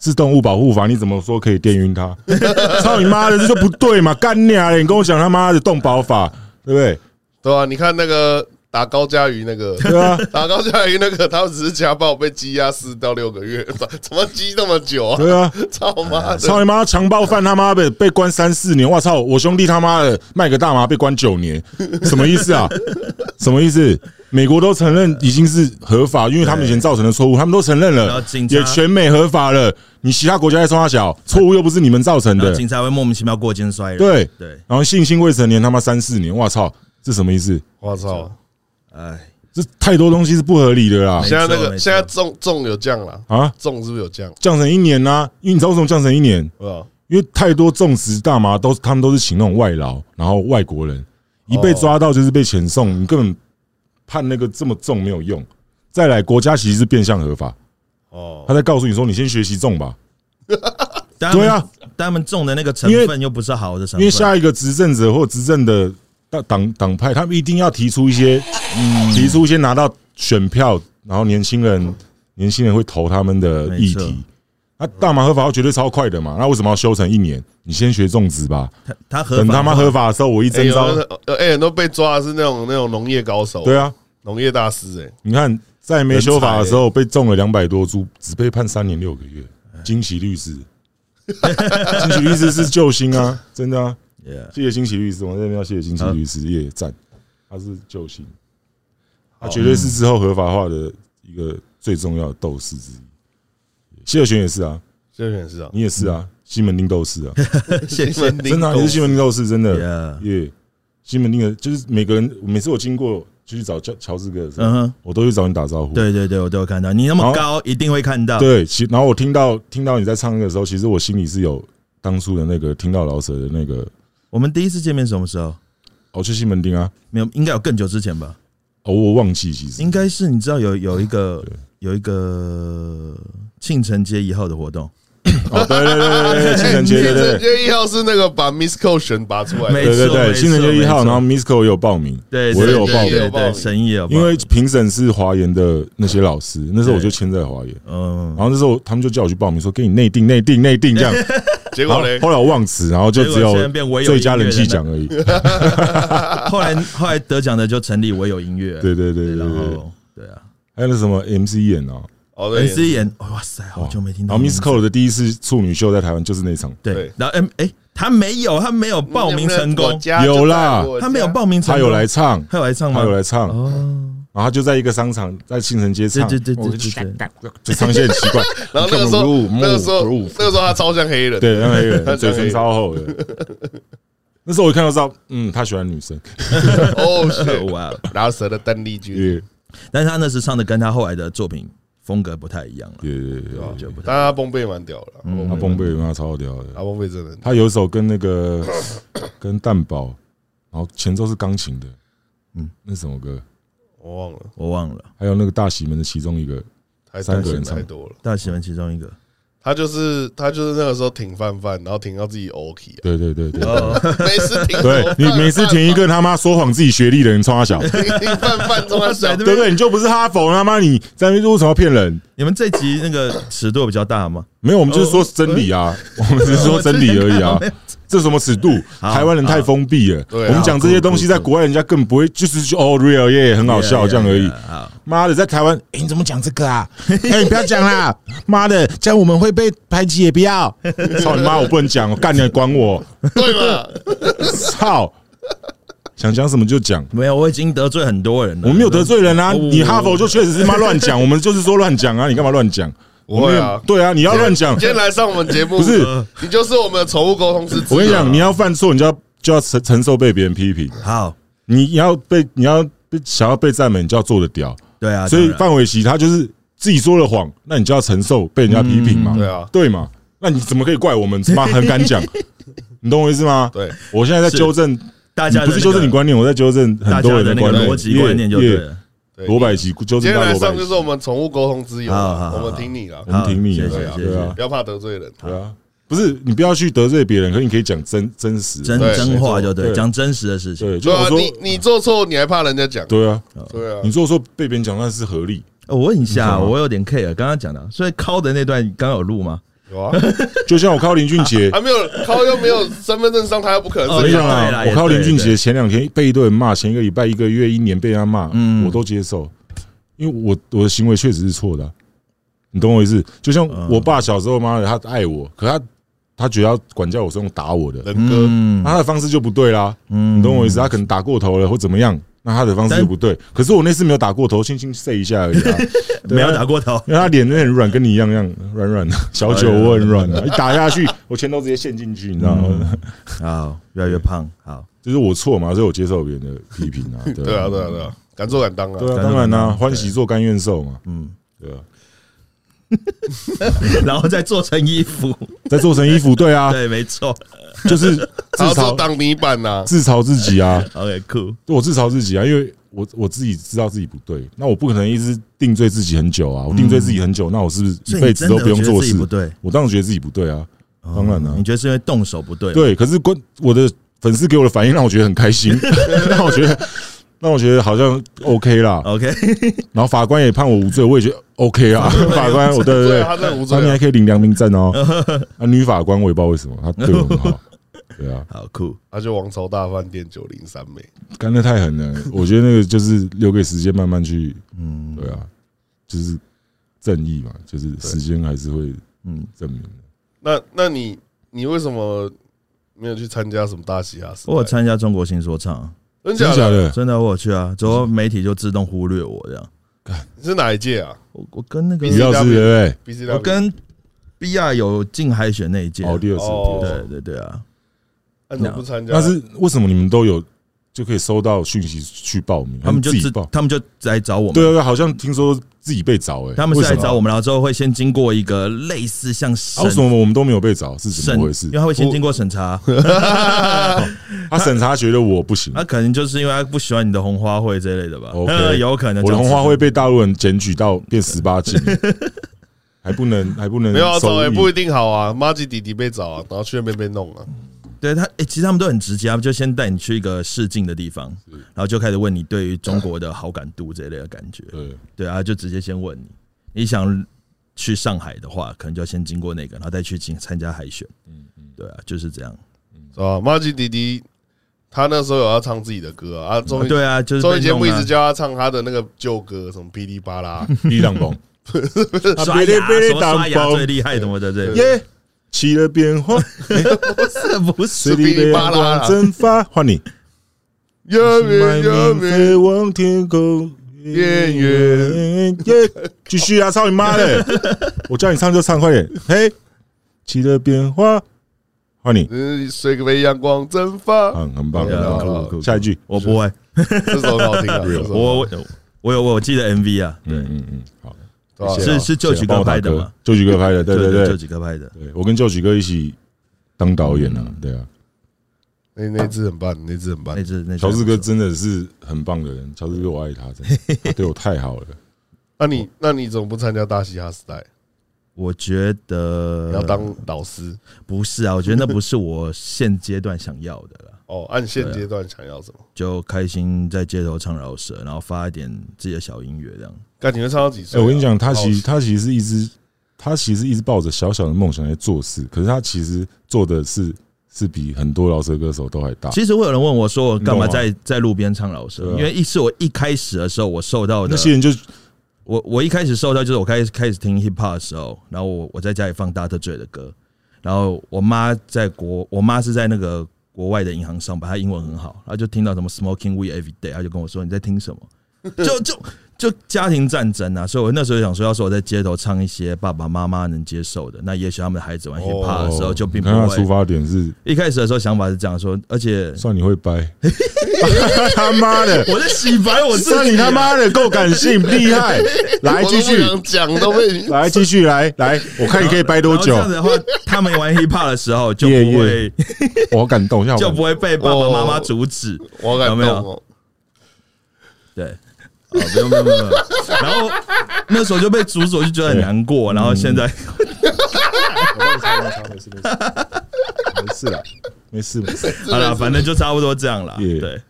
C: 是动物保护法，你怎么说可以电晕它？操你妈的，这就不对嘛！干你啊！你跟我讲他妈的动保法，对不对？
B: 对啊，你看那个打高佳瑜那 个，
C: 对啊，
B: 打高佳瑜那个，他只是家暴被羁押四到六个月， 怎么羁那么久啊？
C: 对啊，
B: 操妈的！
C: 操你妈！强暴犯他妈的被关三四年，我操！我兄弟他妈的卖个大麻被关九年，什么意思啊？什么意思？美国都承认已经是合法，因为他们以前造成的错误，他们都承认
D: 然后
C: 了
D: 警，察
C: 也全美合法了。你其他国家在冲他小，错误又不是你们造成
D: 然后
C: 的，
D: 警察会莫名其妙过肩摔人。
C: 对
D: 对，
C: 然后性侵未成年他妈三四年，我操！这什么意思？
B: 我操！
D: 哎，
C: 这太多东西是不合理的啦
D: 没！
B: 现在那
D: 没
B: 个
D: 错
B: 现在重重有降了，
C: 啊，
B: 重是不是有降？
C: 降成一年呐、因为你知道为什么降成一年？
B: 对吧？
C: 因为太多种植大麻都他们都是请那种外劳，然后外国
D: 哦
C: 人一被抓到就是被遣送，你根本判那个这么重没有用。再来，国家其实是变相合法，
B: 哦，
C: 他在告诉你说你先学习种吧，
D: 但他们
C: 对啊，
D: 但他们种的那个成
C: 因为
D: 分又不是好的成
C: 因为
D: 分，
C: 下一个执政者或执政的党党党派，他们一定要提出一些，
D: 嗯
C: 提出一些拿到选票，然后年轻人年轻人会投他们的议
D: 没错
C: 题。那大麻合法化绝对超快的嘛，那为什么要修成一年？你先学种植吧，
D: 他他合
C: 等
D: 法
C: 他妈
D: 化
C: 合法的时候，我一
B: 哎，
C: 征
B: 有
C: 招。
B: 的呃哎，很多被抓的是那种那种农业高手，
C: 对啊，
B: 农业大师哎，
C: 你看，在没修法的时候
D: 欸
C: 被中了两百多株，只被判三年六个月。
D: 哎
C: 惊喜律师， 惊喜律师是救星啊，真的啊！
D: Yeah
C: 谢谢惊喜律师，我在那边要谢谢惊喜律师，也赞，他是救星，他绝对是之后合法化的一个最重要的斗士之一。谢尔玄也是啊，
B: 这选是啊，
C: 你也是
D: 嗯
C: 啊，西门町斗 士啊，
D: 谢
B: 西
D: 谢
B: 门町
C: 真的啊、
B: 斗
C: 你是西门町斗士，真的
D: Yeah
C: 耶。西门町的，就是每个人，每次我经过就去找乔乔治哥的时
D: 嗯
C: 候
D: 哼，
C: 我都去找你打招呼。
D: 对对对，我都有看到，你那么
C: 好
D: 高一定会看到。
C: 对，其然后我听到听到你在唱歌的时候，其实我心里是有当初的那个听到老舍的那个，
D: 我们第一次见面什么时候？
C: 我去西门町啊，
D: 没有，应该有更久之前吧？
C: 哦，我忘记其实
D: 应该是你知道有有一个有一个庆城街一号的活动，
C: 哦，对对对对 对，对，
B: 哎
C: 情人节对对
B: 这这一号是那个把 Miss Co 选拔出来
D: 没
B: 的，
C: 对对对，
D: 没错
C: 情人节一号，
D: 没错
C: 然后 Misco 也有报名，
D: 对，
C: 我也有报
B: 对
C: 名，
D: 对对，神也有报名，
C: 因为评审是华研的那些老师，那时候我就签在华研，
D: 嗯
C: 然，后那时候他们就叫我去报名，说给你内定内定内定这 样，
B: 结
C: 然
B: 果
C: 后
B: 嘞，
C: 后来我忘词，然后就只
D: 结果
C: 有
D: 现在变唯有
C: 最佳人气
D: 音乐
C: 奖而已，
D: 后来后来得奖的就成立我有音乐，
C: 对对对对对
D: 然
C: 对，
D: 后对啊，
C: 还有那什么 MC 演啊，
B: 哦
D: 粉
B: 对，
D: 丝演，哇塞，好久没听到
C: 然后
D: 名
C: Miss
D: 字
C: Cole 的第一次处女秀在台湾就是那场，
D: 对
B: 对，
D: 然后哎哎，他没有，他没有报名成
B: 我
D: 功，
B: 家
C: 有啦
B: 就在我家
D: 他没有报名成
C: 他
D: 功，
C: 有来，唱，
D: 他有来唱
C: 他
D: 吗？
C: 有来唱，
D: 哦，
C: 然后他就在一个商场，在青城街
D: 对
C: 唱，
D: 对对对对对，
C: 就唱一些很奇怪。
B: 然后那个时候，那个时候，那个时候他超像黑人，
C: 对，那个 人嘴
B: 黑
C: 唇
B: 人
C: 超厚的。那时候我一看就知道，嗯，他喜欢 女生，
B: 哦，
D: 对
B: shit
D: 哇哦，
B: 饶舌的邓丽君，
C: 也
D: 但是他那时唱的跟他后来的作品风格不太一样了，
C: 也
B: 啊
D: 我觉得不太。
B: 但他崩贝蛮屌的，
C: 嗯他
B: 他
C: 崩贝妈超屌的。
B: 崩贝真的很屌，
C: 嗯他有一首跟 那个跟蛋堡，然后前奏是钢琴的，嗯
D: 嗯，
C: 那什么歌？
B: 我忘了，
D: 我忘了，
C: 还有那个大喜门的其中一个，
B: 太
C: 三
B: 太
C: 个人
B: 太
C: 唱
B: 多了，
D: 大喜欢其中一个，
B: 他就是他就是那个时候挺范范，然后挺到自己 OK 啊，
C: 对对对对，
B: 没事挺什么
C: 对你
B: 范
C: 每次
B: 范
C: 填一个他妈说谎自己学历的人，冲他小，对
B: 挺挺范范中他小
D: 哇塞，
C: 不对？你就不是哈佛，他妈你在那边为什么要骗人？
D: 你们这集那个尺度比较大吗？
C: 没有，我们就是说真理啊， 我们只是说真理而已啊
D: 我之前看到没有。
C: 这什么尺度？台湾人太封闭了。
B: 对啊
C: 我们讲这些东西，在国外人家根本不会，就是就哦 real 耶，很好笑
D: Yeah, yeah,
C: 这样而已
D: yeah，好。
C: 妈的，在台湾，哎，你怎么讲这个啊？ 哎，你不要讲啦！妈的，这样我们会被排挤，也不要。 操你妈！我不能讲，我干你还管我！
B: 对嘛？
C: 操，想讲什么就讲。
D: 没有，我已经得罪很多人了。
C: 我没有得罪人啊！
D: 哦
C: 你哈佛就确实是妈乱 讲，我们就是说乱讲啊！你干嘛乱讲？
B: 不会啊
C: 对啊，你要乱讲
B: 今。天来上我们节目，
C: 不是
B: 你就是我们的宠物沟通师之一。啊
C: 我跟你讲，你要犯错，你就要就要承承受被别人批评，
D: 好，
C: 你要被你要被想要被赞美，你就要做得屌。
D: 对啊，
C: 所以
D: 当然
C: 范玮琪他就是自己说了谎，那你就要承受被人家批评
D: 嗯
C: 嘛，
B: 对啊
C: 对嘛？那你怎么可以怪我们？妈很敢 讲，你懂我意思吗？
B: 对，
C: 我现在在
D: 是
C: 纠正，
D: 大
C: 你
D: 家的
C: 不是
D: 那
C: 纠正
D: 个
C: 你观念，我在纠正
D: 大
C: 很多
D: 家
C: 人
D: 的
C: 的
D: 那个逻辑观念就对
C: 耶
D: 了。
B: 对
C: 罗百吉
B: 今
C: 纠正
B: 天
C: 大
B: 来
C: 罗百
B: 上就
C: 吉
B: 是，我们宠物沟通之友
D: 好好
B: 啊，
D: 好
B: 我们挺你了
C: 我，们挺你
D: 好
C: 的，
D: 谢
C: 对
D: 谢
C: 啊，
D: 谢谢
C: 对啊
B: 不，要怕得罪人。
C: 对啊，不是你不要去得罪别人，可是你可以讲真真实，
D: 真
B: 对
D: 真话就对，
C: 对
D: 讲真实的事情。
C: 对，就
B: 对啊
C: 我，说，
B: 你你做错你还怕人家讲？
C: 对啊，
B: 对啊，
C: 你做说被别人讲那是合理，
D: 呃我问一下，
C: 你说吗
D: 我有点 care，刚刚讲的，所以敲的那段刚刚有录吗？
B: 有啊，
C: 就像我看到林俊 杰，
D: 哎
B: 还没有靠又没有身份证上，他又不可能
C: 我
B: 是
C: 跟
B: 你
C: 你讲
D: 也对
C: 啊
D: 啦，
C: 我
D: 也
C: 看到
D: 对
C: 林俊杰
D: 对
C: 前两天被一堆人骂，前一个礼拜、一个月、一年被他骂，
D: 嗯
C: 我都接受，因为我我的行为确实是错的啊、你懂我意思？就像
D: 嗯
C: 我爸小时候，妈的，他爱我，可他他觉得要管教我是用打我的，
B: 人格。
C: 那他的方式就不对啦，
D: 嗯
C: 你懂我意思？他可能打过头了或怎么样，那他的方式就不对。可是我那次没有打过头，轻轻 say 一下而已、啊，
D: 没有打过头，
C: 因为他脸真的很软，跟你一样样软软的，小酒窝很软的，一打下去，我拳头直接陷进去，你知道吗？
D: 好，越来越胖，好，
C: 就是我错嘛，所以我接受别人的批评啊，对
B: 对啊，对啊，对啊，敢做敢当啊。
C: 对啊，当然啦、欢喜做甘愿受嘛，嗯，对啊，
D: 然后再做成衣服，
C: 再做成衣服，对啊，
D: 对，没错。
C: 就是自
B: 他要做
C: 嘲
B: 挡泥板呐，
C: 自嘲自己啊，
D: OK，酷，
C: 我自嘲自己啊，因为我我自己知道自己不对，那我不可能一直定罪自己很久啊，我定罪自己很久，那我是不是
D: 嗯所
C: 一
D: 以你
C: 辈子
D: 真的
C: 都不用
D: 觉得
C: 做
D: 自己
C: 事？
D: 不对，哦
C: 我当然觉得自己不对啊，当然啊
D: 嗯你，觉得是因为动手不对？，
C: 对，可是关我的粉丝给我的反应让我觉得很开 心，让我觉得让我觉得好像 OK 啦，
D: OK，
C: 然后法官也判我无罪，我也觉得 OK 啊，法官，我对对
B: 对
C: 对
B: 啊，，他真的无
C: 那你
B: 罪
C: 还
B: 啊。
C: 可以领良民证 哦。啊，女法官我也不知道为什么，她对我很好。对啊，
D: 好酷，
B: 他就王朝大饭店九零三美，
C: 干的太狠了。我觉得那个就是留给时间慢慢去，嗯，对啊，就是正义嘛，就是时间还是会嗯证明的。
B: 那那你你为什么没有去参加什么大喜啊？
D: 我有参加中国新说唱啊，
B: 真
C: 真
B: 假
C: 的假
B: 的？
C: 的？
D: 真的我有去啊，之后媒体就自动忽略我这样。
B: 你是哪一届啊
D: 我我跟那个
C: 李老师对不对？
B: ？B C
D: 我跟 BR 有进海选那一届啊，
C: 哦，第二
B: 哦
C: 次，
D: 对对对啊，
B: 那你怎么不参加？
C: 但是为什么你们都有就可以收到讯息去报名？
D: 他们就
C: 自己
D: 自
C: 报？
D: 他们就来找我们，
C: 对啊，对啊好像听说自己被找哎，
D: 他们是来
C: 为什么
D: 找我。们，然后之后会先经过一个类似像
C: 啊，为什
D: 审
C: 么我们都没有被找？是怎
D: 审
C: 么回，事
D: 因为？他会先经过审查，
C: 他审查觉得我不行
D: 那，可能就是因为他不喜欢你的红花会这类的吧
C: OK
D: 呃有可能
C: 我的红花
D: 会
C: 会被大陆人检举到变十八 禁，还不能还不能
B: 没有啊，
C: 手
B: 找也
C: 艺
B: 不一定好啊。妈吉弟弟被找啊，然后去那边被弄啊。
D: 对他，诶，其实他们都很直接，他们就先带你去一个试镜的地方，然后就开始问你对于中国的好感度这类的感觉，
C: 对
D: 对啊，就直接先问你，你想去上海的话，可能就要先经过那个，然后再去进参加海选，
C: 嗯
D: 对啊，就是这样，
B: 是吧？马吉弟弟他那时候有要唱自己的歌啊，啊综艺
D: 对啊，就是
B: 综艺
D: 被
B: 节目
D: 弄
B: 一
D: 啊
B: 直叫他唱他的那个旧歌，什么噼里啪啦，
C: 力量bomb，
D: 刷牙，什么刷牙最
C: 耶，
D: 厉害什么 的，对，
C: Yeah，起了变化，
D: 不是不
C: 水
D: 是，
C: 里被
B: 巴
C: 阳
B: 拉
C: 光蒸发，换你，
B: 越
C: 卖
B: 美越
C: 命
B: 美
C: 飞往天空。
B: 越远
C: 耶！继续啊，操你妈的！我叫你唱就唱，快点！嘿，起了变化，换你，
B: 嗯，水被阳光蒸发，
C: 很很棒，
B: 对
C: 很
B: 啊
C: 棒
B: 酷
D: 酷酷
C: 下一句，
D: 我不会，
B: 这首很好听啊。这首
D: 我我我有我有记得 MV 啊，
C: 嗯嗯嗯，好，
B: 对吧
C: 谢谢啊
D: 是是旧曲
C: 帮
D: 哥
C: 我打
D: 拍的
C: 歌
D: 嘛，，
C: 旧曲哥拍的，对对对
D: 旧，曲哥拍的，
C: 对我跟舅曲哥一起当导演啊，对啊，
B: 那那支很棒，那支很棒
D: 那。只那只
C: 乔治哥
D: 还不错
C: 真的是很棒的人，乔治哥我爱他，真的，他对我太好了。
B: 那你那你怎么不参加大嘻哈时代？
D: 我觉得
B: 你要当老师
D: 不是啊，我觉得那不是我现阶段想要的啦。
B: 哦。按现阶段想要什么？
D: 就开心在街头唱饶舌，然后发一点自己的小音乐这样。
B: 干，你会唱到几
C: 哎、
B: 岁啊？
C: 我跟你讲，他
B: 老
C: 其实
B: 师
C: 他其实是一直，他其实一直抱着小小的梦想在做事，可是他其实做的是是比很多饶舌歌手都还大。
D: 其实会有人问我说，我干嘛
C: 你懂吗
D: 在在路边唱饶舌？
C: 啊对啊
D: 因为一是我一开始的时候，我受到的
C: 那些人就
D: 我我一开始受到就是我开始开始听 hip hop 的时候，然后我我在家里放 Dr. Dre 的歌，然后我妈在国，我妈是在那个国外的银行上班，她英文很好，她就听到什么 smoking weed every day，她就跟我说你在听什么， 就就就家庭战争啊，所以我那时候想说，要是我在街头唱一些爸爸妈妈能接受的，那也许他们的孩子玩 hip hop 的时候就并不
C: 哦你看他出
D: 会。
C: 发点是
D: 一开始的时候想法是这样说，而且
C: 算你会掰， 他妈的，
D: 我在洗白我自
C: 算
D: 己啊
C: 你，他妈的够感性， 厉害！来
B: 我
C: 继
B: 都不
C: 续，
B: 想讲都被你
C: 来继续，来来，我看你可以掰多久
D: 然后，这样子的话，他们玩 hip hop 的时候就不
C: 夜夜
D: 会。
C: 我好哦感动，一下
D: 就
C: 我
D: 不会被爸爸妈妈阻止。
B: 我感
D: 有
B: 动
D: 没有
B: 哦。
D: 对，啊，没有没有没有。没有然后那时候就被阻止，我就觉得很难过。然后现在
C: 嗯没事没事啦，没事没 事，
D: 好了，反正就差不多这样了。
C: Yeah
D: 对，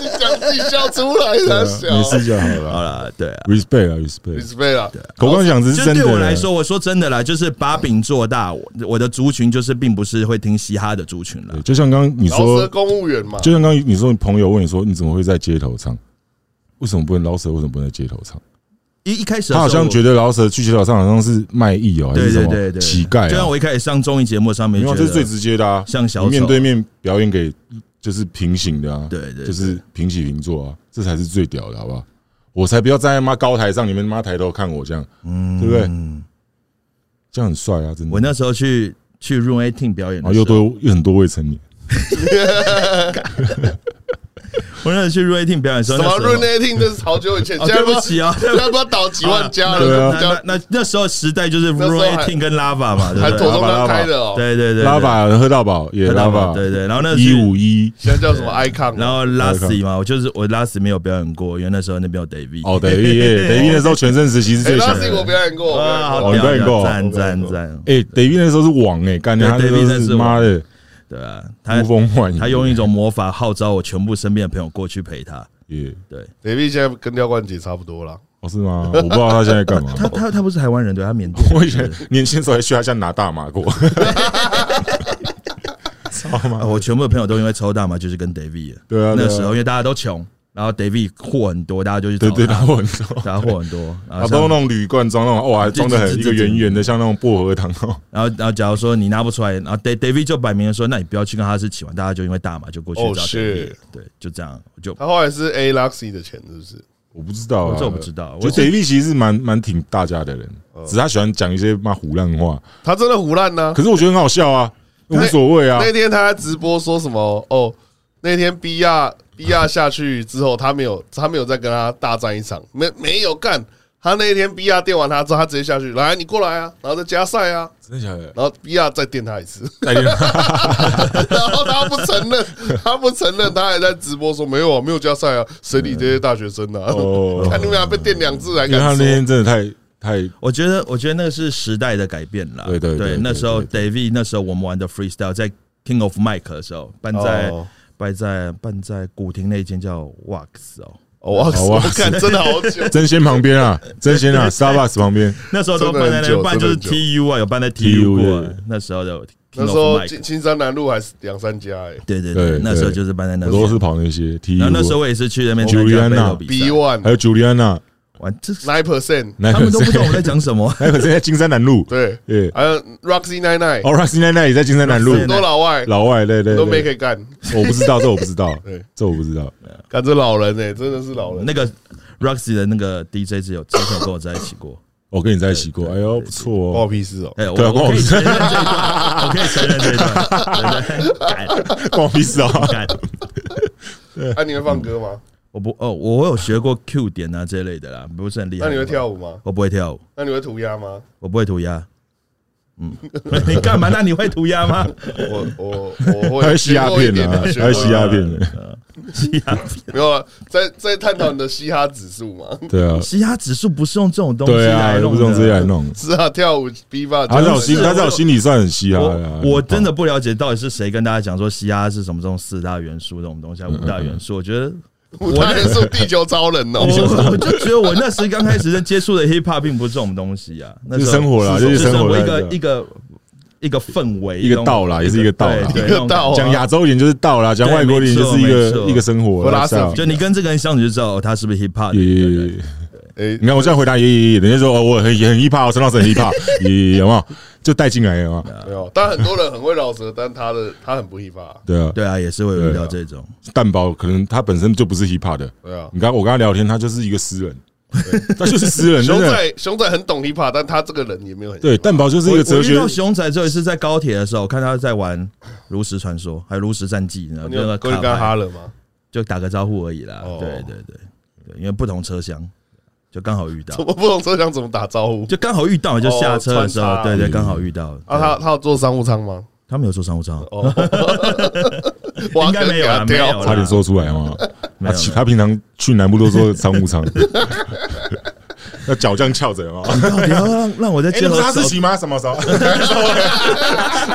B: 你讲自己笑出来
C: 对啊
B: 的，
C: 没
B: 笑
C: 事就好
D: 好
C: 了。
D: 了，对啊。
C: Respect 啊，respect。
B: ，respect 啊，
C: 我刚讲的是
D: 就
C: 真的
D: 对
C: 啦，
D: 我来说，我说真的啦，就是把饼做大。我我的族群就是并不是会听嘻哈的族群了
C: 对，。就像刚刚你
B: 饶舌
C: 说，
B: 公务员嘛，
C: 就像刚刚你说，你朋友问你说，你怎么会在街头唱？为什么不能饶舌？为什么不能在街头唱？
D: 一一开始的时
C: 他
D: 候
C: 好像觉得饶舌去街头唱好像是卖艺哦，还
D: 对
C: 是什
D: 对对
C: 么
D: 对
C: 乞丐啊？
D: 就像我一开始上综艺节目上面
C: 因
D: 觉
C: 为
D: 得，
C: 这是最直接的啊，
D: 像小丑
C: 你面对面表演给就是平行的啊，
D: 对对对
C: 就是平起平坐啊，这才是最屌的，好不好？我才不要站在妈高台上，你们妈抬头看我这样，嗯，对不对？这样很帅啊，真的。
D: 我那时候去去 Room Eighteen 表演
C: 然后
D: 的
C: 哦又
D: 时候，
C: 多又很多未成年，
D: 我那时候去 Room Eighteen 表演的时候，
B: 什么
D: 那时候
B: run eighteen 这是好久以前，
D: 哦
B: 现在
D: 对不起啊
B: 现在不要倒几万家
C: 对啊
B: 了，
D: 那那那那时候时代就是
B: 那时
D: Room
B: 候还
D: Eighteen 跟 Lava 嘛，对
B: 还
D: 不
B: 左
D: 对？
B: 中刚开的哦，
D: 啊对对对，
C: 拉法喝到饱也拉法，
D: 对对，然后那
C: 一
D: 是，
C: 五一
B: 现在叫什么 icon，啊
D: 然后 Lassi 嘛，我就是我 Lassi 没有表演过，因为那时候那边有 David。
C: 哦，等 于 等于那时候全盛时期是
B: 哎，
C: 最
B: 那
C: 强
B: 是
C: 的
B: 我。表演过，我表演过
D: 哇，啊好
C: 哦你表演
D: 屌！
C: 过
D: 赞
B: 我表演
D: 赞
B: 过
D: 赞，
C: 哎，等于那时候是王哎，干
D: 对
C: 他那时
D: David
C: 候
D: 那是
C: 是妈
D: 王
C: 的
D: 对啊，他
C: 呼风唤雨，
D: 他用一种魔法号召我全部身边的朋友过去陪他。
C: 也
D: 对
B: David 现在跟廖冠杰差不多了，
C: 哎哦是吗？我不知道他现在干嘛。
D: 他，他他不是台湾人，对他缅甸。
C: 哦我以前年轻的时候还去他家拿大麻过， 知道
D: 啊
C: 吗？
D: 我全部的朋友都因为抽大麻就是跟 David 的。
C: 对啊对啊
D: 那时候因为大家都穷，然后 David 货很多，大家就去
C: 对
D: 找
C: 对，啊他
D: 他，
C: 很重，
D: 大家货很多，
C: 他
D: 然后
C: 都
D: 像
C: 那种铝罐装那种，哇，还装的很一个圆圆的，像那种薄荷糖哦。
D: 然后，然后，假如说你拿不出来，然后 Da- David 就摆明了说，那你不要去跟哈士奇玩，大家就因为大麻就过去
B: 哦
D: 找 David，、
B: 是
D: 对，就这样，我就
B: 他后来是 A Luxy 的钱，是不是？
C: 我不知道啊，
D: 这我不知道
C: 就
D: 我是呃
C: David 其实是蛮蛮挺大家的人，只是他喜欢讲一些妈胡乱话，
B: 他真的胡乱呢
C: 可。是我觉得很好笑啊，无
B: 那
C: 所谓啊。
B: 那天他在直播说什么？哦，那天比亚比亚下去之后，他没有他没有再跟他大战一场，没没有干。他那天比亚电完他之后，他直接下去，来你过来啊，然后再加赛啊，
C: 真的假的？
B: 然后比亚再电他一次，
C: 代理人
B: 然后他不承认，他不承认，他还在直播说没有啊，没有加赛啊，谁理这些大学生啊？
C: 哦
B: 看你们俩被电两次还
C: 因为
B: 敢
C: 他那
B: 说
C: 天真的太太
D: 我觉得，我觉得那个是时代的改变啦。
C: 对对对对
D: 那时候
C: 对
D: David 那时候我们玩的 freestyle 在 King of Mike 的时候，办在、
B: 哦
D: 办在办在古亭那间叫 Wax 哦，
B: 哦哇
C: 好
B: 我
C: 哇
B: 看真的好久，
C: 真仙旁边啊，真仙 啊，Starbucks 旁边，
D: 那时候都
B: 真的
D: 办在
B: 很
D: 那
B: 久
D: 边，办就是
B: 真的很久
D: TU 啊，有办在
C: TU
D: TU 过
C: 对
D: 啊，那时候的 King
B: 那时
D: of
B: 候
D: Mike，
B: 青青山南路还是两三家哎
D: 对
C: 对
D: 对对
C: 对，
D: 那时候就是办在那
C: 我都是
D: 边。
C: 跑那些 T，
D: 然后那时候我也是去那边参加
C: Juliana
D: 背后比
B: ，B
D: 赛，
C: 还
B: One
C: 有 Juliana，
D: 玩这是
B: nine percent，
C: 那
D: 他
C: 个
D: 们都不懂我
C: 是
D: 们在讲什么。
C: 那个是在金山南路，
B: 对，
C: 对
B: 还有 Roxy Nine Nine，
C: 哦 r o x y 奶奶也在金山南路，啊
D: Roxy
B: 都老外
C: 老外对对
B: 都没可
C: 对，
B: 以干，
C: 我不知道，这我不知道
B: 对，
C: 这我不知道，
B: 干这老人哎，真的是老
C: 哦
B: 人
D: 那。个 Roxy 的那个 DJ 是有之前有跟我在一起 过。
C: 我跟你在一起过，哎呦不
B: 关
C: 错
B: 我
C: 哦，
B: 屁事哦！
D: 哎，我
C: 对啊
D: 我可以
C: 跟
D: 承认这一段，我可以承认这一段对对。敢
B: 哦
C: 关我屁事啊！
D: 敢，
B: 那你会放歌吗？
C: 嗯
D: 我不哦，我有学过 Q 点啊这类的啦，不是很厉害。
B: 那你会跳？舞吗？
D: 我不会跳舞，
B: 那你会涂鸦吗？
D: 我不会涂鸦。嗯， 你干嘛？那你会涂鸦吗？
B: 我我我
C: 还
B: 会
C: 有吸鸦片
B: 学过一
C: 啊
B: 点啊
C: 呢，
B: 点啊
C: 还有吸鸦片呢，
D: 嘻哈
B: 没有了，在在探讨你的嘻哈指数嘛？
C: 对啊，
D: 嘻哈指数不是用这种东西
C: 对啊，
D: 来
C: 也不
D: 弄
C: 是用这些来
D: 的。
C: 弄。
B: 是啊，跳舞 B 吧，
C: 他在我心，
D: 是
C: 他在我心里算很嘻哈的啊
D: 我我真的不了解到底是谁跟大家讲说嘻哈是什么这种四大元素这种东西啊，五大元素。我觉得
B: 舞台也是地球超人哦。
D: 我我就觉得我那时刚开始接触的 hip hop 并不是这种东西啊，那
C: 就是
D: 时候
C: 生活啦，就是是生活
D: 活
C: 啦
D: 一个
C: 对啊
D: 一个一个氛围，
C: 一个道啦，也是一个道啦。
D: 对
B: 一个道
C: 讲亚洲一点就是道啦，讲
D: 哦对
C: 外国一点就是一
D: 没
C: 个
D: 错
C: 一个生活啦。
B: 我拉
C: 是啊
B: 手
D: 就你跟这个人相处就知道哦他是不是 hip hop 的
C: 也
D: 一
C: 也
D: 个
C: 也
D: 人。
C: 也
B: 哎
C: 你看我这样回答也也也，人家说哦，我很也很 hip hop，陈老师很 hip hop，也有没有？就带进来啊，
B: 没有，但很多人很会饶舌，但他的他很不 hip hop，
C: 对啊，
D: 对啊，也是会有遇到这种。
C: 蛋堡可能他本身就不是 hip hop 的。
B: 对啊。
C: 你刚我跟他聊天，他就是一个诗人，他就是诗人，嗯真
B: 熊
C: 的。
B: 仔熊仔很懂 hip hop，但他这个人也没有很
C: 对，
B: hip hop
C: 蛋堡就是一
D: 我
C: 个哲
D: 我遇
C: 学
D: 到熊仔之后是在高铁的时候，我看他在玩《炉石传说》还有《炉石战记》呢，
B: 哦你
D: 那
B: 有
D: 个
B: 过去
D: 卡
B: 跟他
D: 牌
B: 哈了吗？
D: 就打个招呼而已啦
B: 哦。
D: 对对对对，因为不同车厢，就刚好遇到
B: 怎，么不懂车厢怎么打招呼？
D: 就刚好遇到，就下车的时
B: 穿
D: 候，
B: 插
D: 对
C: 嗯
D: 对，刚好遇到。
B: 啊，他他有坐商务舱吗？
D: 他们有坐商务舱，
B: 哦，哇
D: 应该没有啦
B: 这个给他
D: 没有啊
B: 挑
D: 啦
C: 差点说出来嘛。
D: 没有
C: 他
D: 没有
C: 他平常去南部都坐商务 舱，那脚这样翘着啊。
D: 到底要让让我在
C: 哎，
D: 街
C: 那不
D: 头
C: 是哈士
D: 扫
C: 奇 吗？什么时候？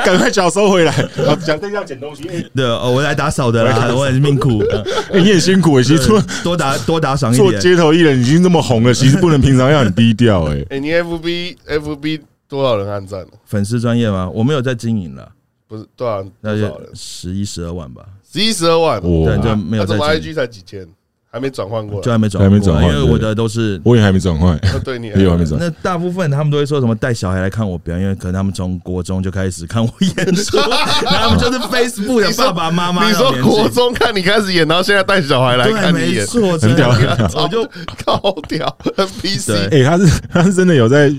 C: 赶快脚收回来！啊，讲对要捡东西。哎
D: 对哦，我来打扫的啦，我很命苦，嗯
C: 哎，你很辛苦哎，其实做
D: 多打多打赏一
C: 做
D: 点。
C: 街头艺人已经这么红了，其实不能平常要很低调哎。
B: 哎，你 FB FB 多少人按赞了？
D: 粉丝专业吗？我没有在经营了，
B: 不是多少多
D: 那
B: 少
D: 就
B: 人？
D: 十一十二万吧，
B: 十一十二万，
D: 对，就
C: 哇，
D: 没有
B: 他怎
D: 在
B: 么
D: 经
B: IG
D: 营，
B: 才几千？还没转换过
D: 就
B: 来？
D: 还没转
C: 还
D: 换过，
C: 没转换
D: 因为
C: 对
D: 我的都是
C: 我也还没转换，
B: 啊对你
C: 我也还没转。
D: 那大部分他们都会说什么带小孩来看我表演，可能他们从国中就开始看我演出，然后他们就是 Facebook 的爸爸妈妈
B: 你
D: 那
B: 说
D: 种年纪。
B: 国中看你开始演，然后现在带小孩来
D: 对，
B: 看你
D: 没
B: 演，哦
D: 错，真
C: 屌很
D: 的，
B: 超
D: 我就
B: 高调 NPC。
D: 对
C: 哎，他是 他是真的有在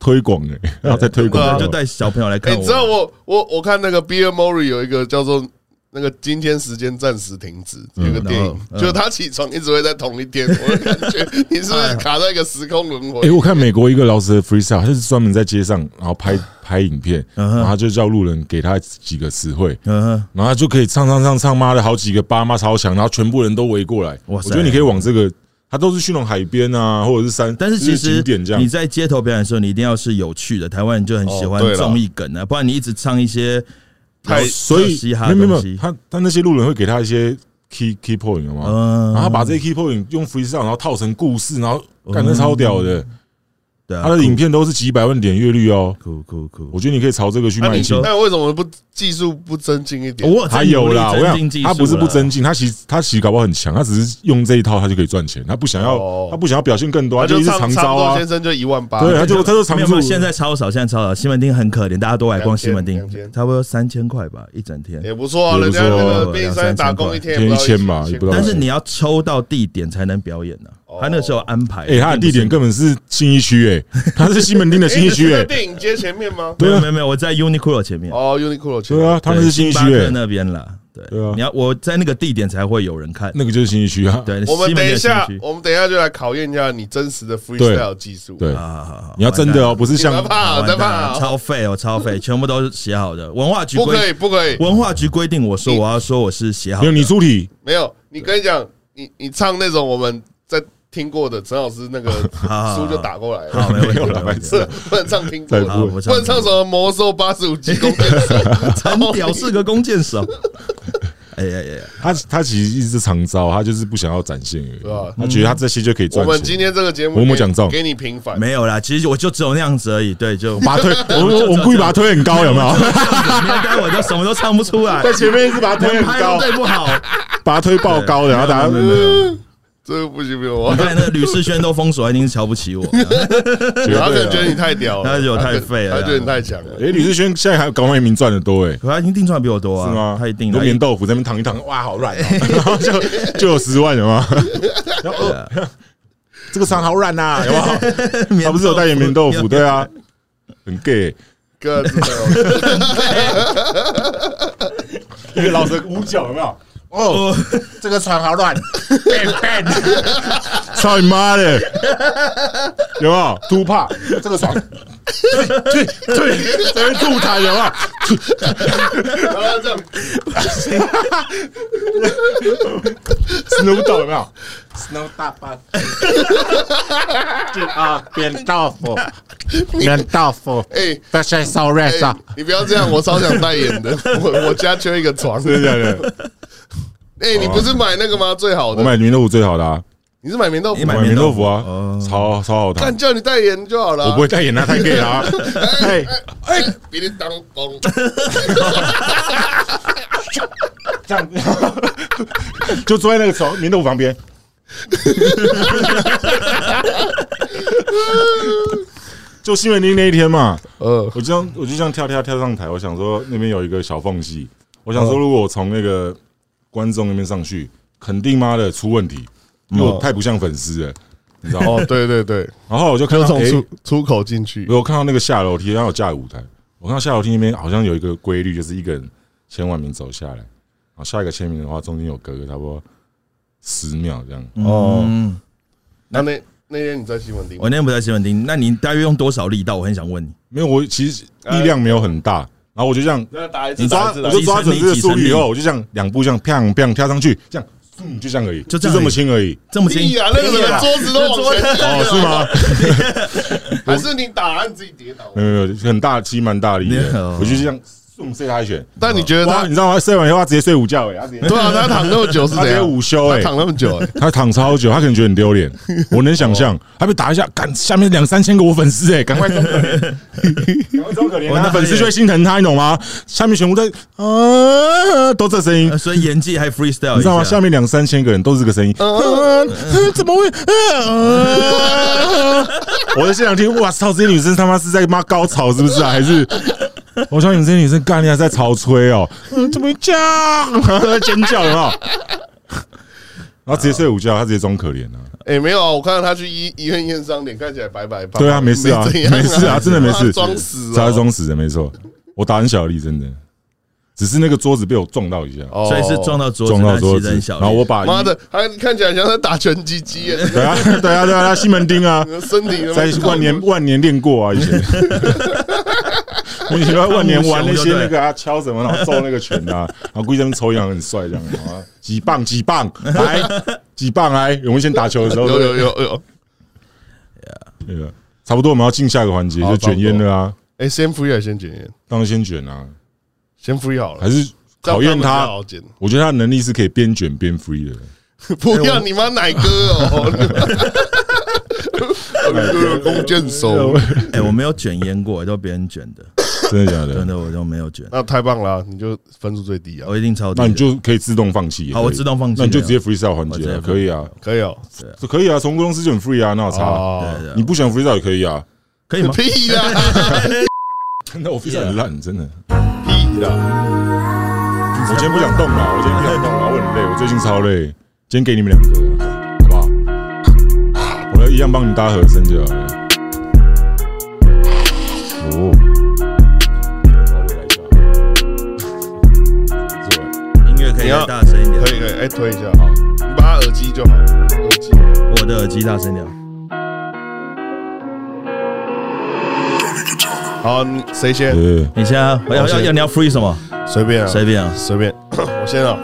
C: 推广 哎，然后在推
B: 对啊
C: 广，
D: 就带小朋友来
B: 哎，
D: 看
B: 你知道
D: 我。
B: 我我我看那个 Bill Murray 有一个叫做。那个今天时间暂时停止，有个电
D: 然
B: 影
D: 后，嗯
B: 就是他起床一直会在同一天，我的感 觉你是不是卡在一个时空轮
C: 哎、
B: 回？
C: 我看美国一个老师的 freestyle，他就是专门在街上，然后拍拍影片，
D: 嗯哼
C: 然后他就叫路人给他几个词汇，
D: 嗯哼，
C: 然后他就可以唱唱唱唱，妈的好几个爸妈超强，然后全部人都围过来。
D: 哇
C: 我
D: 塞
C: 觉得你可以往这个，他都是去那种海边啊，或者是山，
D: 但是其
C: 就是
D: 实
C: 景点这
D: 你
C: 样。
D: 在街头表演的时候，你一定要是有趣的。台湾人就很喜欢
B: 哦对啦
D: 综艺梗啊，不然你一直唱一些
B: 太
C: 所以
D: 嘻哈
C: 没
D: 的
C: 有没有
D: 东，西。
C: 他他那些路人会给他一些 key key point 了吗？
D: 嗯
C: 然啊后他把这些 key point 用 freestyle，然后套成故事，然后干的超屌的。
D: 对啊，
C: 他的影片都是几百万点阅率哦，
D: 酷酷酷
C: 我，觉得你可以朝这个去
B: 那
C: 迈
B: 你
C: 进。
B: 那为什么不技术不增进一点？
D: 我
C: 哦他有啦，我想他不是不增进，他其实他其实搞不好很强，他只是用这一套他就可以赚钱，他不想
B: 哦
C: 要他不想要表现更多，
B: 他
C: 他就
B: 就
C: 一直
B: 唱
C: 长
B: 差
C: 招
B: 不多
C: 啊
B: 先，生就一万八，
C: 对，他就他就长
D: 没有没
C: 住
D: 有，。现在超少，现在超少。西门町很可怜，大家都来逛西门町
B: 两千，
D: 差不多三千块吧，一整天。
B: 也不错啊，
C: 也
B: 人
C: 不错
B: 家
C: 啊
B: 那个便利商店打工一天也不到
C: 天一千吧
B: 一
C: 也不到
D: 但是你要抽到地点才能表演呢、
B: 哦
D: 他那时候安排，
C: 哎，他的地点
D: 更
C: 根本是信义区，哎，他是西门町的信义区，
B: 哎你是
C: 哎
B: 在，电影街前面吗？
D: 没
C: 对
D: 有
C: 啊
D: 没有没有，我在 Uniqlo 前面，
B: 哦，Uniqlo 前
C: 对
B: 面，
C: 啊，他们是
D: 对
C: 信义
D: 星
C: 区
D: 巴，克
C: 哎，
D: 那边啦。对，
C: 对啊
D: 你要我在那个地点才会有人看。
C: 那个就是信义区啊。
D: 对，
B: 我们
D: 西
B: 等
D: 门町
B: 一
D: 的
B: 下
D: 新，区
B: 我们等一下就来考验一下你真实的 freestyle 技术。
C: 对，
D: 啊，好好好
C: 你要真的哦，不是
B: 你
C: 像
B: 们怕啊，
D: 完
B: 在
D: 蛋
B: 怕
D: 了
B: 啊，
D: 超废哦，超废，全部都是写好的。文化局
B: 不可
D: 规
B: 以，不可以，
D: 文化局规定，我说我要说我是写好
C: 没有
D: 的，
C: 你出题，
B: 没有。你跟你讲，你你唱那种我们在听过的陈老师那个
D: 好
B: 书就打过来
D: 好
B: 了。
D: 没问题
C: 没有啦
D: 没问
C: 白
D: 题，
B: 是啊不能唱听过的，
C: 再
D: 好
C: 不
B: 不
D: 我哎
B: 能唱什么魔兽八十五级弓箭手，
D: 很屌是个弓箭手。哎呀呀呀！
C: 他他其实一直长招，哦他就是不想要展现
B: 对
C: 而已
B: 啊，
C: 他觉得他这些就可以
B: 我
C: 赚
B: 们今
C: 钱。
B: 天这个节目
C: 我有没有
B: 给
C: 讲中
B: 给你平反，
D: 哎没有啦，其实我就只有那样子而已。对，就
C: 把他推，我我我故意把他推很高，有没有？
D: 面对我就什么都唱不 出来，
C: 在前面一直把他推
D: 连
C: 很
D: 拍都
C: 高，
D: 对不好。
C: 把他推爆高的，然后大
D: 没有没有
C: 家
D: 没 有
B: 这个不行不行，我
D: 你看那个吕世轩都封锁，一定是瞧不 起我。
C: 绝
B: 他可能
C: 对
B: 觉得
C: 啊
B: 你太屌了，
D: 他觉得我太废了
B: 他觉得你太强了。
C: 哎、李志轩现在还搞外名赚的多哎、
D: 可他一定定出来比我多啊，
C: 是吗？
D: 他一定
C: 都
D: 的。
C: 棉豆腐在那边躺一躺，哇，好软、哦， 然后就就有 十万了吗？然后、
D: 啊
C: 呃、这个肠好软呐、啊，有没有？
D: 棉
C: 他不是有代言棉豆腐？对啊，很 gay，、
B: 哥，真的哦
C: 一个老舌捂脚有没有？哦，这个床好 软，操你妈的！有没有？突怕这个床对对，在那边吐痰有啊，
B: 然后这样，
C: Snow Dog 有没有？Snow 大巴，就啊，扁豆腐，扁豆腐，
B: 哎
C: 不要晒烧热
B: 哎，你不要这样，我超想代言的，我我家缺一个床。
C: 真的假的？
B: 哎，你不是买那个吗？最好
C: 我
B: 的，
C: 买棉豆腐最好的啊，
B: 你是买棉豆腐
D: 你
B: 吗
D: 买？
C: 我买棉豆腐啊
D: 哦，
C: 超超好
B: 干
C: 糖。
B: 叫你代言就好了
C: 我
B: 啊。
C: 不会再演那太 gay 了啊，哎，
B: 哎，别人当工，
C: 这样就坐在那个床棉豆腐旁 边，就新闻厅那一天嘛，
B: 呃，
C: 我就这样，我就这样跳跳跳上台。我想说那边有一个小缝隙，我想说如果我从那个观众那边上去，肯定妈的出问题，因为我太不像粉丝了，你知道吗？
B: 哦，对对对，
C: 然后我就看
B: 就
C: 到，
B: 从
C: 诶，
B: 出出口进去，
C: 我看到那个下楼梯，然后有架舞台，我看到下楼梯那边好像有一个规律，就是一个人签完名走下来，然后下一个签名的话，中间有隔个差不多十秒这样。
B: 哦
D: 嗯，
B: 那那那天你在西门町吗
D: 我，那天不在西门町，那你大约用多少力道？我很想问你，
C: 没有，我其实力量没有很大，然后我就这样
B: 那打一
D: 你
B: 打
C: 抓，
B: 一次啦
C: 我就抓准这个速率以
D: 几层
C: 后，
D: 力
C: 我就这样两步这样砰砰跳上去，这样，嗯，就这样而已，
D: 就
C: 就
D: 这样
C: 这么
D: 而已
C: 轻而已。
D: 这么轻
B: 屁啊，那个人桌子都往前掉
C: 哦，
B: 了
C: 是？ 吗？
B: 还是你打完自己跌倒
C: 没？有没有，很大，其实蛮大力
D: 没
C: 的
D: 有。
C: 我就这样送射他一拳，
B: 但你觉得他
C: 哇，你知道吗？射完以后他直接睡午觉哎，他直接
B: 对啊，他躺那么久是
C: 他
B: 怎
C: 直接
B: 样？
C: 午休
B: 他
C: 哎，
B: 躺那么久，哎，
C: 他躺超久，他可能觉得很丢 脸，我能想
D: 哦
C: 象，他被打一下，赶下面两三千个我粉丝 哎，赶快装可怜，赶快装可怜，
D: 我
C: 他
D: 那
C: 粉丝就会心疼他，你懂吗？下面全部在啊，都这声音
D: 呃，所以演技还 freestyle，
C: 你知道吗？
D: 一下
C: 下面两三千个人都是这个声音，
B: 哦
C: 啊啊怎么会？ 啊啊我在现场听，哇操！这些女生他妈是在妈高潮是不是啊？还是我想你们这些女生干，你还在潮吹哦？嗯，怎么会这样？尖叫有没有？然后直接睡午觉，他直接装可怜啊！
B: 哎，没有啊，我看到他去医医院验伤，脸看起来白白胖胖。
C: 对啊，没事啊，
B: 怎样
C: 没事啊，真的没
B: 他
C: 事，
B: 装死
C: 他
B: 啊，
C: 装死的，没错。我打很小力，真的，只是那个桌子被我撞到一下，
B: 哦
D: 所以是撞。到桌子，
C: 撞到
D: 但其
C: 桌
D: 实
C: 子
D: 很，小力。
C: 然后我把
B: 妈的，他看起来像在打拳击 机耶，
C: 对啊，对啊，对啊，西门町啊，
B: 身体他妈
C: 在万年万年练过啊，以前。我以前在万年玩那些那个啊，敲什么，然后揍那个拳 啊，然后估计他们抽奖很帅这样，然后啊几棒几 棒来几棒来，我们先打球的时候，
B: 有有有有，
C: 那个差不多我们要进下一个环节，
B: 好
C: 就卷烟了啊，
B: 哎，先 free 还是先卷烟？
C: 当然先卷啊，
B: 先 free 好了
C: 还，是考验
B: 这样
C: 他
B: 好，剪。
C: 我觉得他的能力是可以边卷边 free 的。
B: 不要你妈奶哥哦！弓箭手，
D: 哎，我没有卷烟过，都别人卷的，
C: 真的假
D: 真
C: 的？
D: 的我都没有卷，
B: 那太棒了啊，你就分数最低啊，
D: 我一定超低的。
C: 那你就可以自动放弃也可以。
D: 好我自动放弃
C: 那你就
D: 了
C: 直接 freestyle 环节
D: 我
C: 啊
D: 直接
C: 可以啊，
B: 可以哦。
C: 这可以啊，从公司就很 free 啊，那有差。
D: 对
B: 哦，
D: 对
C: 你
D: 对，
C: 不想 freestyle 也可以啊，
D: 可以吗？
B: 屁啦，
C: 真的我 freestyle 很烂，真的。
B: 屁啦！
C: 我今天不想动了，我今天不想动了，我很累，我最近超累。今天给你们两个，好不好？我来一样帮你搭和声就好了。哦，稍微来一下，不错
D: 音乐可以
B: 你要
D: 再大声一点
B: 可，以可以，哎，推一下，
C: 好，
B: 你把他耳机就好，耳机。
D: 我的耳机大声点。
B: 好，你谁先？
C: 对，
D: 你现在要
C: 哦
D: 要要
B: 先
D: 要你要 free 什么？
B: 随便啊，
D: 随便啊。
B: 随便， 我先啊。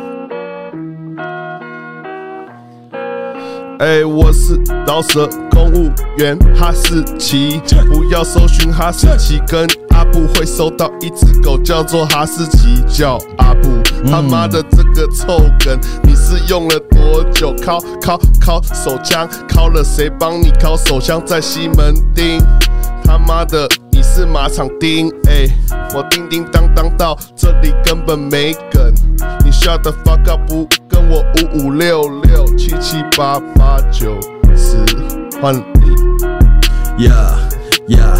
B: 哎、我是饶舌公务员哈士奇，不要搜寻哈士奇，跟阿布会搜到一只狗叫做哈士奇，叫阿布。他妈的这个臭梗，你是用了多久？敲敲敲手枪，敲了谁帮你敲手枪？在西门町，他妈的你是马场钉，哎、我叮叮当当到这里根本没梗，你 shut the fuck up 不跟我五五六六七七八八九十换你，
D: Yeah Yeah，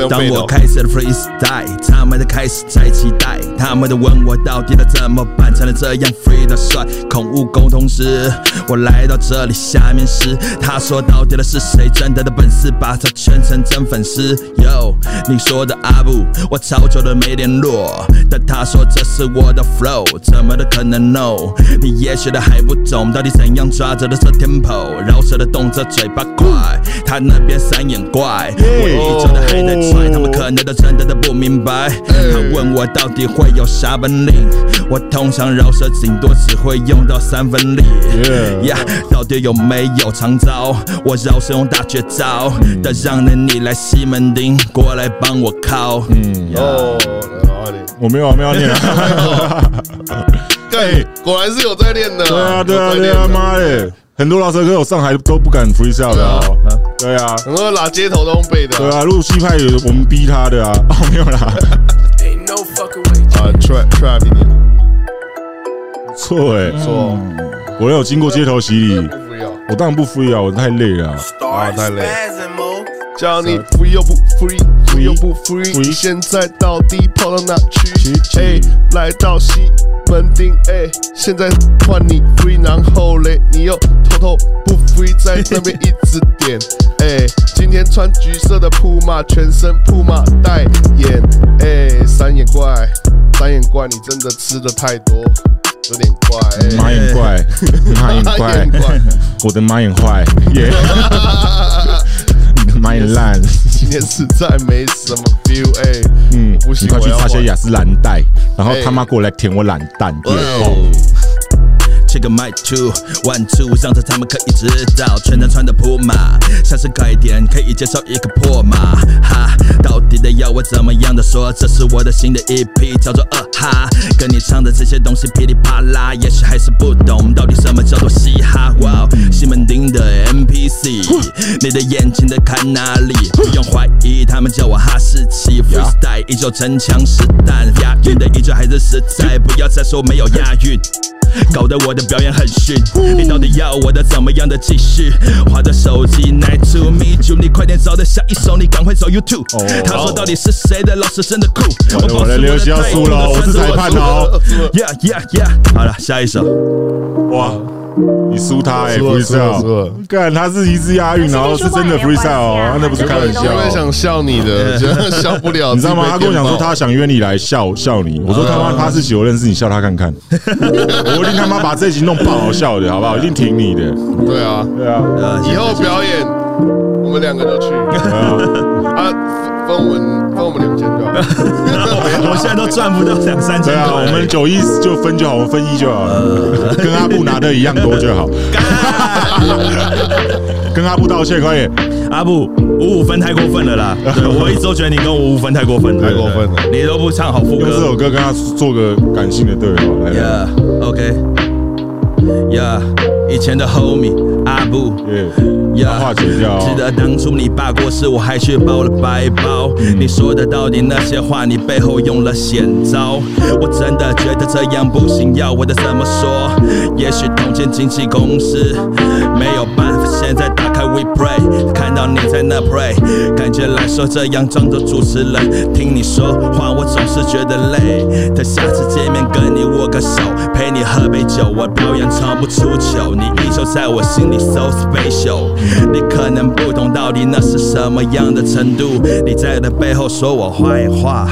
B: 用
D: 当
B: 背的哦
D: 我开始了 freestyle，他们的开始在期待，他们的问我到底要怎么办才能这样 free 的帅，恐悟沟通时，我来到这里下面是他说到底的是谁真的的本事，把他圈成真粉丝？Yo，你说的阿布，我超久的没联络，但他说这是我的 flow，怎么的可能 no？你也许的还不懂，到底怎样抓着的这 tempo，饶舌的动着嘴巴快，他那边三眼怪，我一周的还在帅，他们可能都真的都不明白。他问我到底会有啥本领，我通常饶舌顶多只会用到三分力。呀，到底有没有长招？我饶舌用大绝招，但让人你来西门町过来帮我靠。嗯，
B: 哦，好啊你，
C: 我没有啊，没有念啊。
B: 对，哎果然是有在练的，
C: 对啊，对啊，
B: 有在
C: 对
B: 练
C: 啊，
B: 的。
C: 妈的，很多老舌歌手上台都不敢 freestyle 的哦。对啊，
B: 很多拉街头都用背的
C: 对啊，露西派有我们逼他的啊。哦，没有啦，
E: Ain't no fucking way.
B: 啊，trap trap 一点，
C: 不错哎，
B: 错，
C: 我有经过街头洗礼，
B: 不要，
C: 我当然不 free 啊，我太累了啊。
E: Start
B: that lady.
E: spazzing, mo.
B: 叫你 free 又不 free，free 又不
C: free
B: free，现在到底跑到哪去
C: 去？
B: 哎，来到西门町，哎，现在换你 free，然后嘞，你又偷偷不 free，在那边一直 点，哎，今天穿橘色的铺马，全身铺马戴眼，哎，三眼怪，三眼怪，你真的吃的太多，有点怪，哎
C: 马 眼怪，马眼怪，
B: 马眼怪
C: 我的马眼坏， 耶，你的马眼烂，
B: 今天实在没什么 feel，哎，
C: 嗯，
B: 不行
C: 你快去
B: 我要
C: 擦些
B: 换
C: 雅诗兰黛，然后
B: 哎
C: 他妈过来舔我懒蛋，耶
D: 哦 Check my two one two，让这他们可以知道，全身穿的铺马，像是快点可以接受一个破马，哈，到底的要我怎么样的说？这是我的新的一批，叫做二哈，跟你唱的这些东西噼里啪啦，也许还是不懂到底什么叫做嘻哈。哇、哦，西门町的 NPC，你的眼睛在看哪里？不用怀疑，他们叫我哈士奇，freestyle 依旧真枪实弹，押韵的依旧还是实在，不要再说没有押韵。搞得我的表演很逊。你到底要我的怎么样的继续？划着手机，Night to meet you，你快点找到下一首，你赶快找 YouTube。他说到底是谁的老师真的酷？
C: 完了
D: 保
C: 完
D: 持
C: 了，刘
D: 我的
C: 希要
D: 态
C: 输
D: 度
C: 了，我是裁判哦。
D: Yeah yeah yeah，好了，下一首。
C: 哇，你输他哎
B: 输了输了输
C: ，freestyle，
B: 了
C: 干他是一只押韵，然后是真的 freestyle 哦，他那不是开玩笑
B: 原本
C: 哦。
B: 想笑你 的，真的笑不了。
C: 你知道吗？他
B: 自
C: 跟
B: 己被电
C: 我讲
B: 爆
C: 说他想约你来笑笑你，我说他妈他是喜我认识你，笑他 看看，我一定他妈把这一集弄爆好笑的，好不好？一定挺你的，
B: 对啊，
C: 对啊，
D: 呃
B: 以后表演我们两个都去啊，分我们分我们两千就好了。
D: 我现在都赚不到两三千
C: 对啊，
D: 块
C: 我们九一就分就好，我们分一就好了，跟阿布拿的一样多就好。跟阿布道歉，快点！
D: 阿布五五分太过分 了啦！对我一直都觉得你跟五五分太过分了，
B: 太过分了
D: 你都不唱好副
C: 用这
D: 歌
C: 首。歌跟他做个感性的对话，来来
D: Yeah OK Yeah，以前的 homie 阿布。
C: 耶，
D: 呀
C: 化解掉
D: 记得当初你爸过世，我还去包了白包。你说的到底那些话，你背后用了险招。我真的觉得这样不行，要我的怎么说？也许同间经纪公司没有办法。现在打开 We Pray，看到你在那 Pray，感觉来说这样装作主持人，听你说话我总是觉得累。等下次见面跟你握个手，陪你喝杯酒，我表演唱不出糗，你依旧在我心里 so special。你可能不懂到底那是什么样的程度，你在我的背后说我坏话，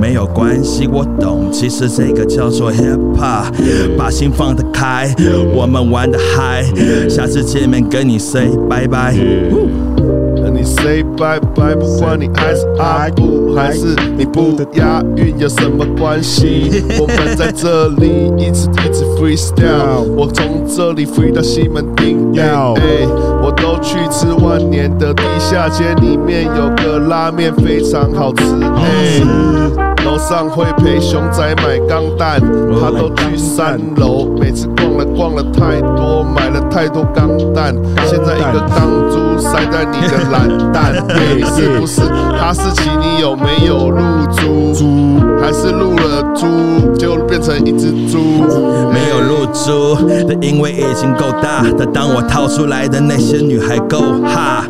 D: 没有关系，我懂。其实这个叫做 hip hop，把心放得开，我们玩得嗨。下次见面跟你 say 拜拜。
B: 那你 say bye bye，不管你还是阿布还是你不押韵有什么关 系？我们在这里一直一 直 freestyle，我从这里 free 到西门町，哎哎，我都去吃万年的地下街，里面有个拉面非常好吃，哎。楼上会陪熊仔买钢弹，他都去三楼，每次逛了逛了太多，买了太多钢弹，现在一个钢珠塞在你的懒蛋， 嘿， 是不是哈士奇？你有没有露珠？
C: 猪
B: 还是露了猪，结果变成一只猪？
D: 没有露珠的，因为已经够大。但当我掏出来的那些女孩够哈，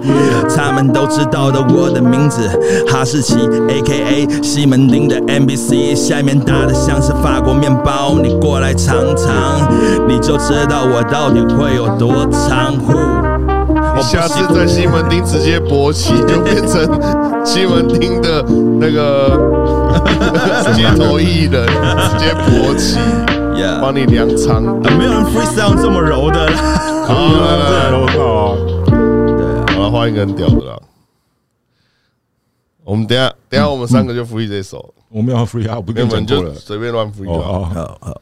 D: 她们都知道的我的名字，哈士奇 （A.K.A. 西门町的 NBC），下面大的像是法国面包，你过来尝尝，你就知道我到底会有多长。呼我
B: 你下次在西门町直接勃起，就变成 西门町的那个 街头艺人，直接勃起，
D: Yeah
B: 帮你量长
D: 啊没有人 freestyle 这么柔的啦。
B: 好，来来来
C: 这都靠啊！
B: 我要换一个很屌的啦。我们等一下等一下我们三个就 free 这首，
C: 我没有要 free 啊，我不
B: 你
C: 跟你
B: 们
C: 讲过
B: 就
C: 了。
B: 随便乱 free 就啊好。
C: 哦哦，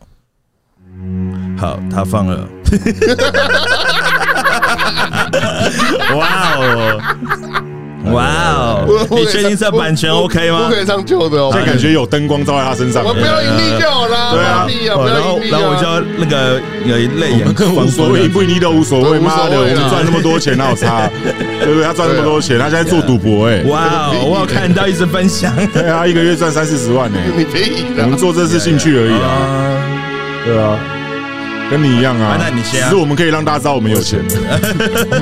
D: 好好好，他放了。哇哦，哇哦，
B: 我
D: 你确定这版权 OK
B: 我
D: 吗
B: 可？以唱旧的哦，
C: 现在感觉有灯光照在他身上
B: 我。们不要盈利就好啦，
C: 对啊
B: 放屁啊，
D: 哦
B: 不
D: 然
B: 要
D: 后
B: 盈利
D: 然后我就
B: 啊。
D: 要那个有一泪
C: 我们
D: 眼
C: 更无所谓，不一定都无所
B: 对
C: 谓。
B: 无所
C: 妈
B: 谓啦
C: 的，我们赚那么多钱，哪 有差？啊对不对？他赚那么多钱，他现在做赌博，哎，
D: 哇哦，我有看到一直分享。
C: 对啊，一个月赚三四十万呢。
B: 你别赢啊
C: 我们
B: 了，
C: 做这是兴趣而已啊，对啊，跟你一样啊
D: 啊。那你先啊
C: 只是我们可以让大家知道我们有钱。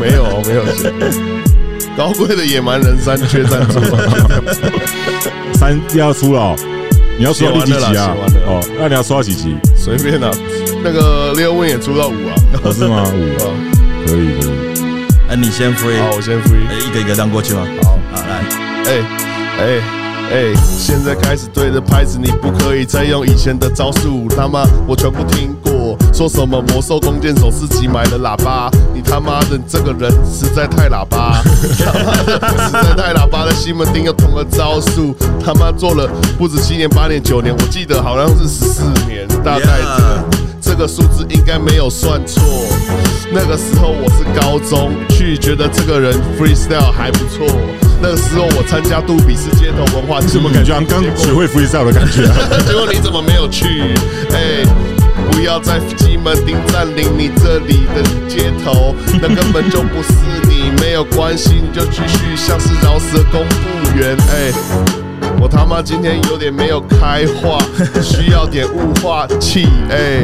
B: 没有没有钱。高贵的野蛮人三缺赞助，
C: 三要出了哦，你要出到第几集
B: 写完了啦
C: 啊
B: 写完？了
C: 哦，那你要出到几集？
B: 随便啦。那个六问也出到五啊，
C: 哦，是吗？
B: 啊
C: 五，可以可以。
D: 啊，你先 free，
B: 好，我先 free。
D: 哎一个一个让过去吗？
B: 好
D: 好来。
B: 哎哎哎！现在开始对着拍子，你不可以再用以前的招数，他妈我全部听过。说什么魔兽弓箭手自己买的喇叭，你他妈的你这个人实在太喇叭，他妈的实在太喇叭，在西门町又同个招数，他妈做了不止七年、八年、九年，我记得好像是十四年，大概这个
D: Yeah
B: 这个数字应该没有算错。那个时候我是高中去，觉得这个人 freestyle 还不错。那个时候我参加杜比斯街头文化，
C: 怎么感觉好像刚学会 freestyle 的感觉啊？
B: 结果你怎么没有去？哎、不要在西门町占领你这里的街头，那根本就不是你，没有关系，你就继续像是饶舌公务员，哎、我他妈今天有点没有开 化，需要点雾化器，哎、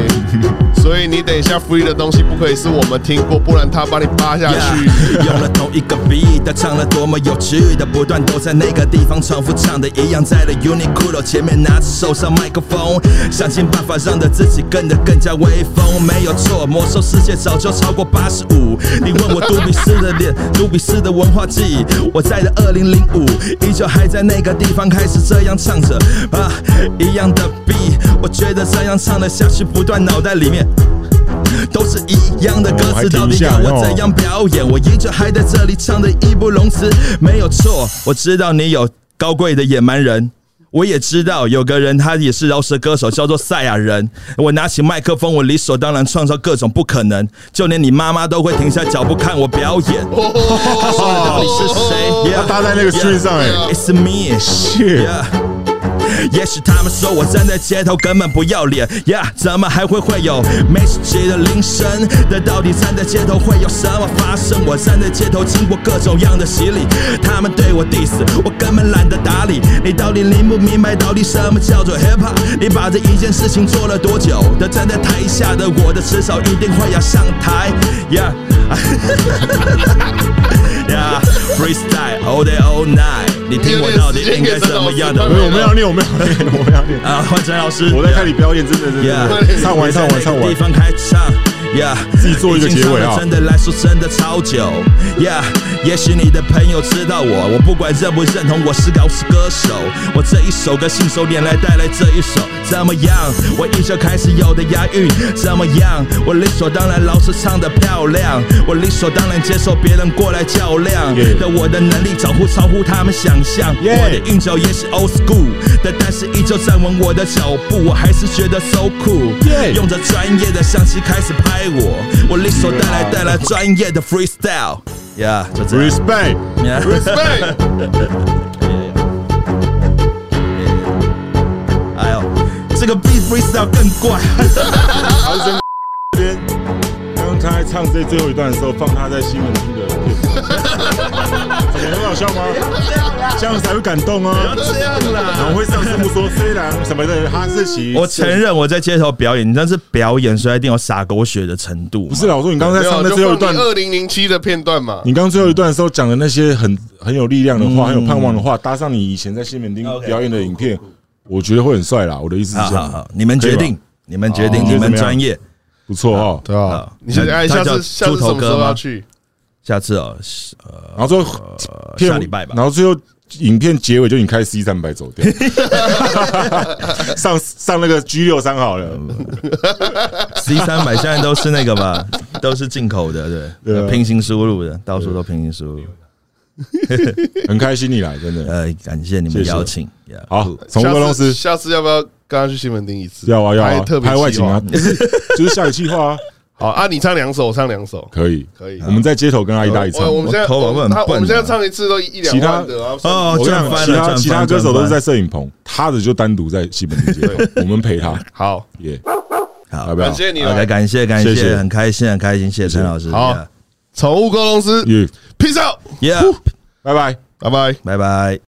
B: 所以你等一下 free 的东西不可以是我们听过，不然他把你扒下去。
D: Yeah，用了同一个 beat，他唱了多么有趣的，不断都在那个地方重复唱的一样，在了 Uniqlo 前面拿着手上麦克风，想尽办法让的自己更得更加威风。没有错，魔兽世界早就超过八十五。你问我杜比斯的脸， 杜比斯的文化记，我在的二零零五，依旧还在那个地方开始这样唱着啊，一样的 beat，我觉得这样唱的下去，不断脑袋里面。都是一样的歌
C: 哦还
D: 词，
C: 停
D: 到
C: 一
D: 底
C: 下
D: 要我
C: 哦
D: 怎样表演？我依旧还在这里唱的义不容辞，没有错。我知道你有高贵的野蛮人，我也知道有个人他也是饶舌歌手，叫做赛亚人。我拿起麦克风，我理所当然创造各种不可能，就连你妈妈都会停下脚步看我表 演。他说的到底是谁？
C: 他搭在那个 street 上哎
D: It's me。
C: ，shit，
D: Yeah 也许他们说我站在街头根本不要脸，Yeah，怎么还会会有美食街的铃声？但到底站在街头会有什么发生？我站在街头经过各种样的洗礼，他们对我 diss，我根本懒得打理。你到底明不明白到底什么叫做 hip hop？你把这一件事情做了多久？但站在台下的我的迟早一定会要上台，Yeah。Yeah, freestyle all day all night，你听我到底应该怎么样的？
B: 有点时间给陈老师快点
C: 没有我们要练，我们要练，我们要练。
D: 啊，换陈老师，
C: 我在看你表演，真的真的
D: Yeah
C: 真的，唱完唱完唱
D: 在那个
C: 完
D: 地。方开唱。Yeah，
C: 自己做一个结尾啊
D: 真的来说真的超久。Yeah，也许你的朋友知道我，我不管认不认同我是饶舌歌手，我这一首歌信手拈来带来这一首，怎么样？我依旧开始有的押韵，怎么样？我理所当然饶舌唱的漂亮，我理所当然接受别人过来较量
C: Yeah，
D: 但我的能力早乎超乎他们想象，
C: Yeah
D: 我的韵脚也是 old school，但但是依旧站稳我的脚步，我还是觉得 so cool。
C: Yeah
D: 用着专业的相机开始拍我，我理所当然带来专业的 freestyle。Yeah，就这样。
C: Respect，
D: Yeah，
B: 对
D: 哎呦，这个 beat freestyle 更怪。
C: 他是真这边。刚刚他在唱这最后一段的时候，放他在西门町的片段，怎么很好笑吗？这样才会感动啊！
D: 这样
C: 然
D: 啦
C: 后会上字幕说，虽然什么的，他是其
D: 我承认我在街头表演，但是表演，所以一定有洒狗血的程度嘛。
C: 不是啦，我说你刚刚在唱
B: 没
C: 的
B: 有
C: 最后一
B: 就
C: 段
B: 放你，二零零七的片段嘛。
C: 你刚刚最后一段的时候讲的那些很很有力量的
D: 嗯
C: 话，很有盼望的话，搭上你以前在西门町
D: OK，
C: 表演的影片，我觉得会很帅啦。我的意思
D: 好
C: 是这
D: 好
C: 样
D: 好，，啊你们决定
C: 可以吧，哦
D: 你们决定，
C: 你觉
D: 你
C: 得怎
D: 们
C: 么样
D: 专业。
C: 不错哦。
B: 对啊
D: 好，
B: 你现在哎
D: 他
B: 下
D: 叫
B: 次下次
D: 猪
B: 什
D: 头
B: 么时
D: 哥
B: 候
D: 吗
B: 要去？
D: 下次哦，是呃，
C: 然后最后片
D: 下礼拜吧
C: 然后最后影片结尾就你开 C 三百走掉，上上那个 G 六三好了，
D: C 三 百现在都是那个吧，都是进口的，对，
C: 对啊
D: 平行输入的，到处都平行输入。
C: 很开心你来，真的。
D: 呃，感谢你们
C: 谢谢
D: 邀请。Yeah
C: 好，宠物公
B: 下次
C: 司
B: 下次要不要跟他去西门町一次？
C: 要啊要
B: 拍
C: 啊
B: 特，别
C: 拍外
B: 计
C: 景
B: 划
C: 啊，就是就是下个计划啊，
B: 好啊，你唱两首，我唱两首，
C: 可以。
B: 可以。
C: 我们在街头跟阿姨大一唱
B: 呃我，我们现在
D: 我头发
B: 我
D: 会
B: 们
D: 很
B: 他我
D: 笨
B: 们现在
D: 啊
B: 唱一次都一两
C: 其他
B: 万的啊。
D: 哦
C: 我跟
D: 赚
C: 你
D: 翻
C: 讲，其
D: 了
C: 他
D: 赚
C: 其他
D: 翻
C: 歌手
D: 赚
C: 都是
D: 翻
C: 在摄影棚，他的就单独在西门町街头，我们陪他，
B: 好，
C: 耶，
D: 好
C: 要不要
B: 感？谢你
D: 好
B: 来
D: 的，感谢感
C: 谢谢
D: 谢，很开心很开心，谢谢陈老师。
B: 好
D: Yeah
B: 宠物沟通师
C: 耶，
B: ，peace out，
D: ，Yeah，
C: 拜拜。
B: 拜拜。
D: 拜拜。